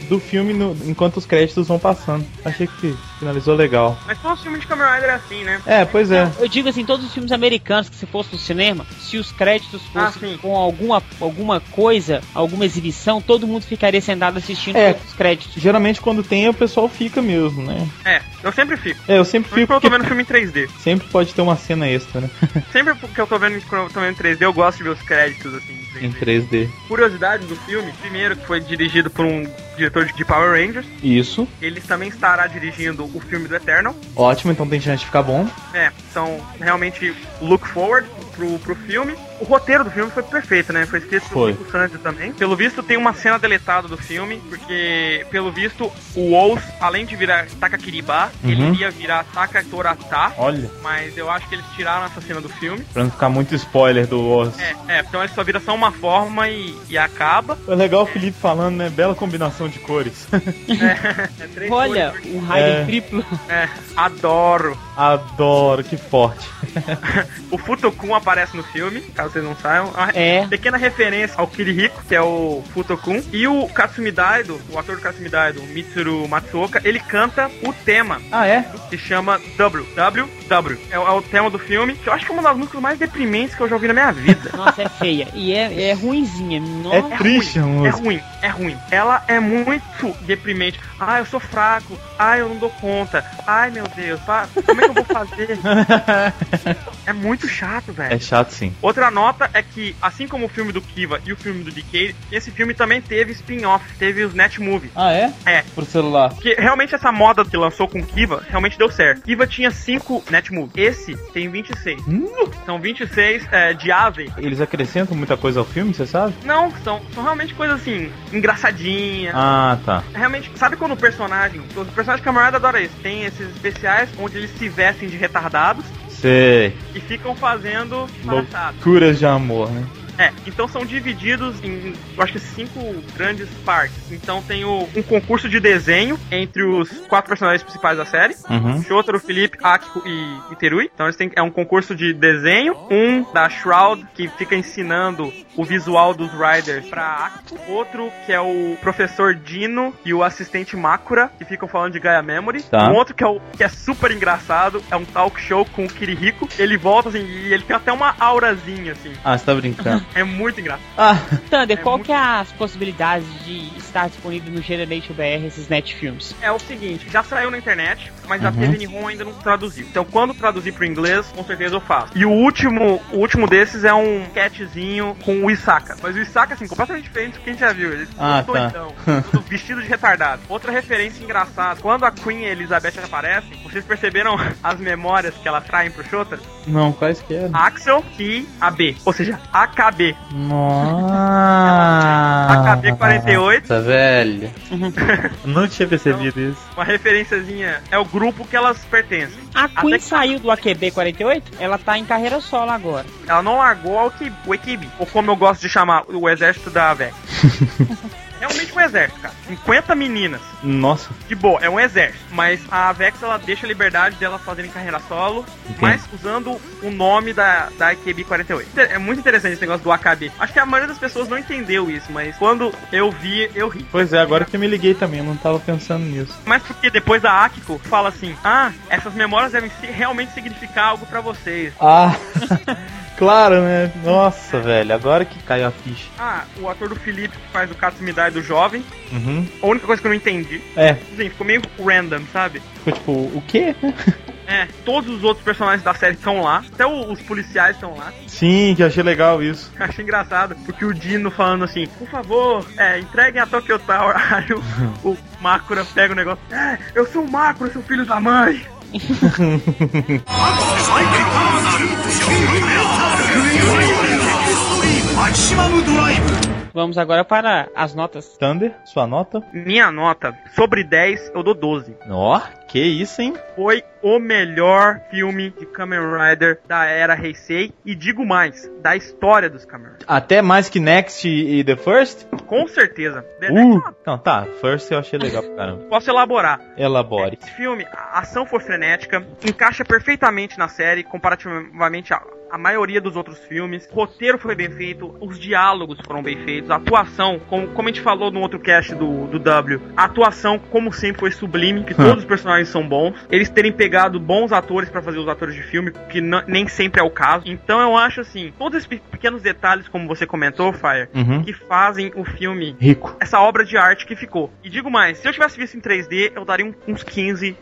S1: do filme no- enquanto os créditos vão passando. Achei que finalizou legal.
S3: Mas todos os filmes de Kamen Rider é assim, né?
S1: É, pois é.
S2: Eu digo assim, todos os filmes americanos que se fosse no cinema, se os créditos
S3: Ah,
S2: fossem
S3: sim.
S2: com alguma, alguma coisa, alguma exibição, todo mundo ficaria sentado assistindo
S1: É.
S2: os créditos.
S1: Geralmente quando tem, o pessoal fica mesmo, né?
S3: É, eu sempre fico.
S1: É, eu sempre fico
S3: Sempre quando eu tô
S1: porque
S3: vendo filme em
S1: <laughs>
S3: 3D.
S1: sempre pode ter uma cena extra, né?
S3: Sempre que eu tô vendo, quando eu tô vendo em 3D, eu gosto de ver os créditos, assim, em 3D.
S1: em 3D.
S3: Curiosidade do filme, primeiro que foi dirigido por um diretor de Power Rangers,
S1: Isso.
S3: ele também estará dirigindo o filme do Eternal.
S1: Ótimo, então tem chance de ficar bom.
S3: É, então realmente look forward pro, pro filme. O roteiro do filme foi perfeito, né? Foi escrito
S1: Foi.
S3: pelo Nico Santos também. Pelo visto, tem uma cena deletada do filme, porque, pelo visto, o Wolf, além de virar Takakiriba,
S1: Uhum.
S3: ele ia virar Takatorata,
S1: Olha,
S3: mas eu acho que eles tiraram essa cena do filme.
S1: pra não ficar muito spoiler do Oz.
S3: É, é então ele só vira só uma forma e, e acaba.
S1: Foi legal o Felipe falando, né? Bela combinação de cores. <laughs>
S3: É três
S2: Olha,
S3: cores,
S2: um Raiden
S1: É.
S2: triplo.
S3: é, adoro.
S1: Adoro, que forte.
S3: O Futokun aparece no filme, caso vocês não saibam. É uma
S2: É.
S3: pequena referência ao Kirihiko, que é o Futokun. E o Katsumi Daido, o ator do Katsumi Daido, o Mitsuru Matsuoka, ele canta o tema,
S1: Ah, é?
S3: que chama W. W, W. É, o- é o tema do filme, que eu acho que é uma das músicas mais deprimentes que eu já ouvi na minha vida.
S2: Nossa, é feia. E é, é ruinzinha.
S1: É
S2: Nossa.
S1: triste a
S3: É
S1: música.
S3: ruim, é ruim. Ela é muito deprimente. Ah, eu sou fraco. Ah, eu não dou conta. Ai, meu Deus. pá, Como é que eu
S1: <laughs>
S3: vou fazer? é muito chato, velho.
S1: É chato sim.
S3: Outra nota é que, assim como o filme do Kiva e o filme do Decay, esse filme também teve spin-off, teve os Net Movie.
S1: Ah, é?
S3: É.
S1: Pro celular.
S3: Porque realmente essa moda que lançou com Kiva realmente deu certo. Kiva tinha 5 Net Movie, esse tem 26.
S1: Hum.
S3: São 26 é, de ave.
S1: Eles acrescentam muita coisa ao filme, você sabe?
S3: Não, são, são realmente coisas assim, engraçadinhas.
S1: Ah, tá.
S3: Realmente, sabe quando o personagem, o personagem camarada adora isso, tem esses especiais onde eles se vestem de retardados
S1: Sei.
S3: e ficam fazendo palhaçadas.
S1: Curas de amor, né?
S3: É, então são divididos em, eu acho que cinco grandes partes. Então tem o, um concurso de desenho entre os quatro personagens principais da série.
S1: Uhum.
S3: Shotaro, Felipe, Akiko e, e Terui. Então eles têm, é um concurso de desenho. Um da Shroud, que fica ensinando o visual dos Riders pra Akiko. Outro que é o professor Dino e o assistente Makura, que ficam falando de Gaia Memory.
S1: Tá.
S3: Um outro que é, o, que é super engraçado, é um talk show com o Kirihiko. Ele volta assim e ele tem até uma aurazinha, assim.
S1: Ah, você tá <laughs> brincando.
S3: É muito engraçado.
S1: Ah,
S2: Thunder,
S3: É
S2: qual
S3: muito-
S2: que é as possibilidades de estar disponível no Generation BR esses Netfilms?
S3: É o seguinte, já saiu na internet, mas a
S1: Uhum.
S3: TV Nihon ainda não traduziu. Então quando traduzir pro inglês, com certeza eu faço. E o último, o último desses é um catzinho com o Isaka. Mas o Isaka, assim, completamente diferente do que a gente já viu. Ele
S1: Ah,
S3: todo
S1: tá.
S3: doidão, todo vestido de retardado. <laughs> Outra referência engraçada, quando a Queen e a Elizabeth aparecem, vocês perceberam <laughs> as memórias que ela traem pro Shota?
S1: não, quais que é?
S3: Axel e a B. Ou seja, AKB.
S1: Nossa. Tá
S3: AKB48.
S1: <laughs> velho. não tinha percebido isso.
S3: Uma referenciazinha é o grupo que elas pertencem.
S2: A Queen
S3: que- tá.
S2: saiu do AQB 48, ela tá em carreira solo agora.
S3: Ela não largou ao que- o equipe, ou como eu gosto de chamar, o exército da VEC. Realmente um exército, cara. 50 meninas.
S1: Nossa.
S3: De boa, é um exército. Mas a Avex ela deixa a liberdade delas fazerem carreira solo,
S1: Entendi.
S3: mas usando o nome da, da AKB 48. Inter- É muito interessante esse negócio do AKB. Acho que a maioria das pessoas não entendeu isso, mas quando eu vi, eu ri.
S1: Pois é, agora que eu me liguei também, eu não tava pensando nisso.
S3: Mas porque depois a Akiko fala assim: Ah, essas memórias devem se- realmente significar algo pra vocês.
S1: Ah, <laughs> claro, né? Nossa, velho, agora que caiu a ficha.
S3: Ah, o ator do Felipe que faz o Katsumidai do jovem.
S1: Uhum.
S3: A única coisa que eu não entendi
S1: É,
S3: Assim, ficou meio random, sabe?
S1: ficou tipo, o quê?
S3: É, todos os outros personagens da série estão lá, até o- os policiais estão lá. <laughs>
S1: Sim, que eu achei legal isso.
S3: Eu Achei engraçado, porque o Dino falando assim, por favor, é, entreguem a Tokyo Tower. <laughs> Aí o, o Makura pega o negócio, é, eu sou o Makura, seu filho da mãe.
S2: Vamos agora para as notas.
S1: Thunder, sua nota?
S3: Minha nota, sobre 10, eu dou 12.
S1: Ó, que isso, hein?
S3: Foi o melhor filme de Kamen Rider da era Heisei e digo mais, da história dos Kamen Rider.
S1: Até mais que Next e e The First?
S3: Com certeza. The
S1: Uh! Não, tá. First eu achei legal pra caramba.
S3: Posso elaborar.
S1: Elabore.
S3: Esse filme, a ação foi frenética, encaixa perfeitamente na série, comparativamente à à maioria dos outros filmes. O roteiro foi bem feito, os diálogos foram bem feitos, a atuação, como, como a gente falou no outro cast do, do W, a atuação, como sempre, foi sublime, que todos os personagens são bons. Eles terem pegado bons atores pra fazer os atores de filme, que n- nem sempre é o caso. Então eu acho assim, todos esses pe- pequenos detalhes, como você comentou, Fire,
S1: Uhum.
S3: que fazem o filme
S1: Rico.
S3: essa obra de arte que ficou. E digo mais, se eu tivesse visto em 3D, eu daria um- uns 15.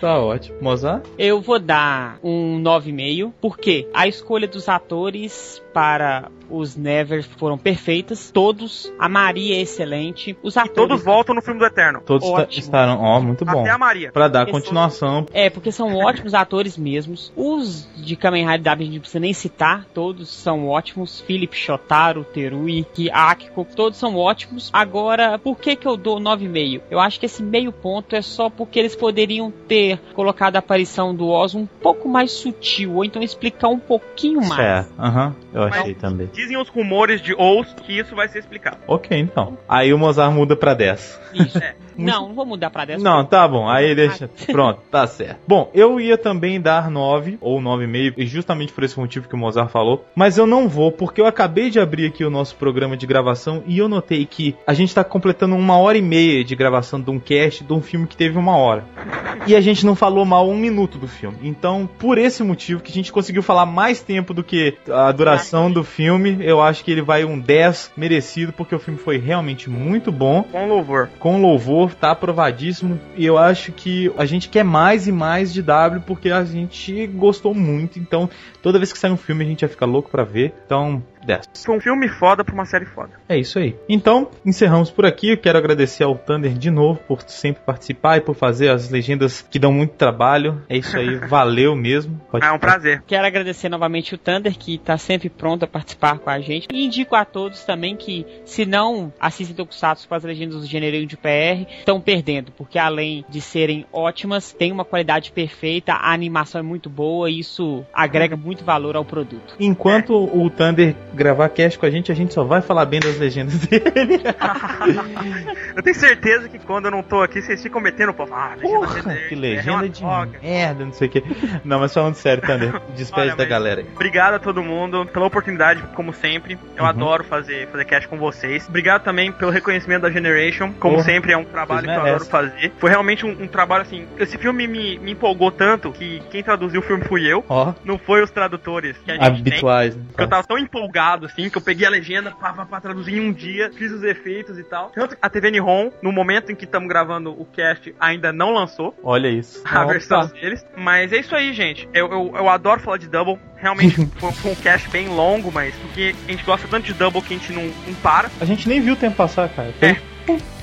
S1: Tá ótimo. Mozart?
S2: Eu vou dar um 9,5, porque a escolha dos atores para os Never foram perfeitas. Todos. A Maria é excelente. Os
S1: Tá
S3: E todos
S2: atores.
S3: voltam no filme do Eterno.
S1: Todos esta-
S2: Ótimo.
S1: estarão. Ó, muito bom.
S3: Até a Maria.
S1: Pra dar
S2: Esse-
S1: continuação.
S2: É, porque são ótimos atores mesmos. Os de Kamen Rider W a gente não precisa nem citar, todos são ótimos. Philip Shotaro, Terui, Ki- Akiko, todos são ótimos. Agora, por que que eu dou 9,5? Eu acho que esse meio ponto é só porque eles poderiam ter colocado a aparição do Oz um pouco mais sutil, ou então explicar um pouquinho mais.
S1: É, aham. eu achei também.
S3: Dizem os rumores de Ous que isso vai ser explicado.
S1: Ok, então. Aí o Mozart muda pra 10.
S2: Isso.
S3: É.
S2: Não, não vou mudar pra 10.
S1: Não, tá bom. Aí deixa. Pronto, tá certo. Bom, eu ia também dar 9 ou 9,5, e justamente por esse motivo que o Mozart falou. Mas eu não vou, porque eu acabei de abrir aqui o nosso programa de gravação e eu notei que a gente tá completando uma hora e meia de gravação de um cast de um filme que teve uma hora. E a gente não falou mal um minuto do filme. Então, por esse motivo que a gente conseguiu falar mais tempo do que a duração do filme, eu acho que ele vai um 10 merecido, porque o filme foi realmente muito bom
S3: Com louvor.
S1: com louvor, tá aprovadíssimo. E eu acho que a gente quer mais e mais de W porque a gente gostou muito. Então, toda vez que sai um filme, a gente vai ficar louco pra ver. Então, 10.
S3: Foi um filme foda pra uma série foda.
S1: É isso aí. Então, encerramos por aqui. Eu quero agradecer ao Thunder de novo por sempre participar e por fazer as legendas que dão muito trabalho. É isso
S3: <laughs>
S1: aí, valeu mesmo. Pode
S3: Ah, É um prazer.
S2: Quero agradecer novamente o Thunder, que tá sempre pronto a participar com a gente. E indico a todos também que, se não assistem Tokusatsu com as legendas do Genereiro de PR, estão perdendo, porque além de serem ótimas, tem uma qualidade perfeita, a animação é muito boa e isso agrega muito valor ao produto.
S1: Enquanto o Thunder gravar cast com a gente, a gente só vai falar bem das legendas dele.
S3: Eu tenho certeza que quando eu não tô aqui, vocês ficam metendo o povo. Ah, <laughs> legenda
S1: Porra,
S3: de-
S1: que
S3: é
S1: legenda
S3: uma
S1: de
S3: droga.
S1: merda, não sei o que. Não, mas falando sério,
S3: <laughs>
S1: Thunder, despede
S3: Olha,
S1: da
S3: mas-
S1: galera aí.
S3: Obrigado a todo mundo pela oportunidade, como sempre. Eu
S1: Uhum.
S3: adoro fazer, fazer cast com vocês. Obrigado também pelo reconhecimento da Generation. Como
S1: Porra,
S3: sempre, é um trabalho que
S1: vocês
S3: eu adoro
S1: merecem.
S3: fazer. Foi realmente um, um trabalho assim. Esse filme me, me empolgou tanto que quem traduziu o filme fui eu.
S1: Ó,
S3: Não foi os tradutores que a gente tem.
S1: habituais. né?
S3: Porque eu tava tão empolgado, assim, que eu peguei a legenda, pá, pá, pá, traduzi em um dia, fiz os efeitos e tal. Tanto que a TVN ROM, no momento em que estamos gravando o cast, ainda não lançou
S1: Olha isso.
S3: a
S1: Opa.
S3: versão deles. Mas é isso aí, gente. Eu, eu, eu adoro falar de Double. Realmente foi foi um cast bem longo, mas porque a gente gosta tanto de Double que a gente não, não para.
S1: A gente nem viu o tempo passar, cara.
S3: É.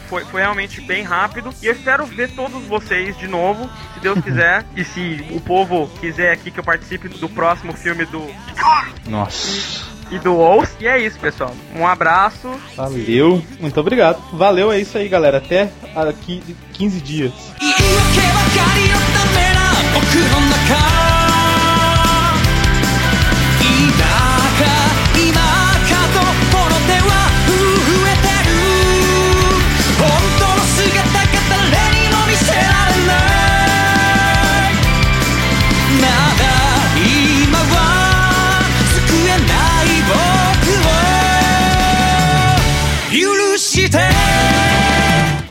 S3: Foi, foi realmente bem rápido. E eu espero ver todos vocês de novo, se Deus quiser. e se o povo quiser aqui que eu participe do próximo filme do É.
S1: Nossa.
S3: e do Ous. E é isso, pessoal. Um abraço.
S1: Valeu. Muito obrigado. Valeu, é isso aí, galera. Até aqui 15 dias.
S8: 言い訳ばかりのためな僕の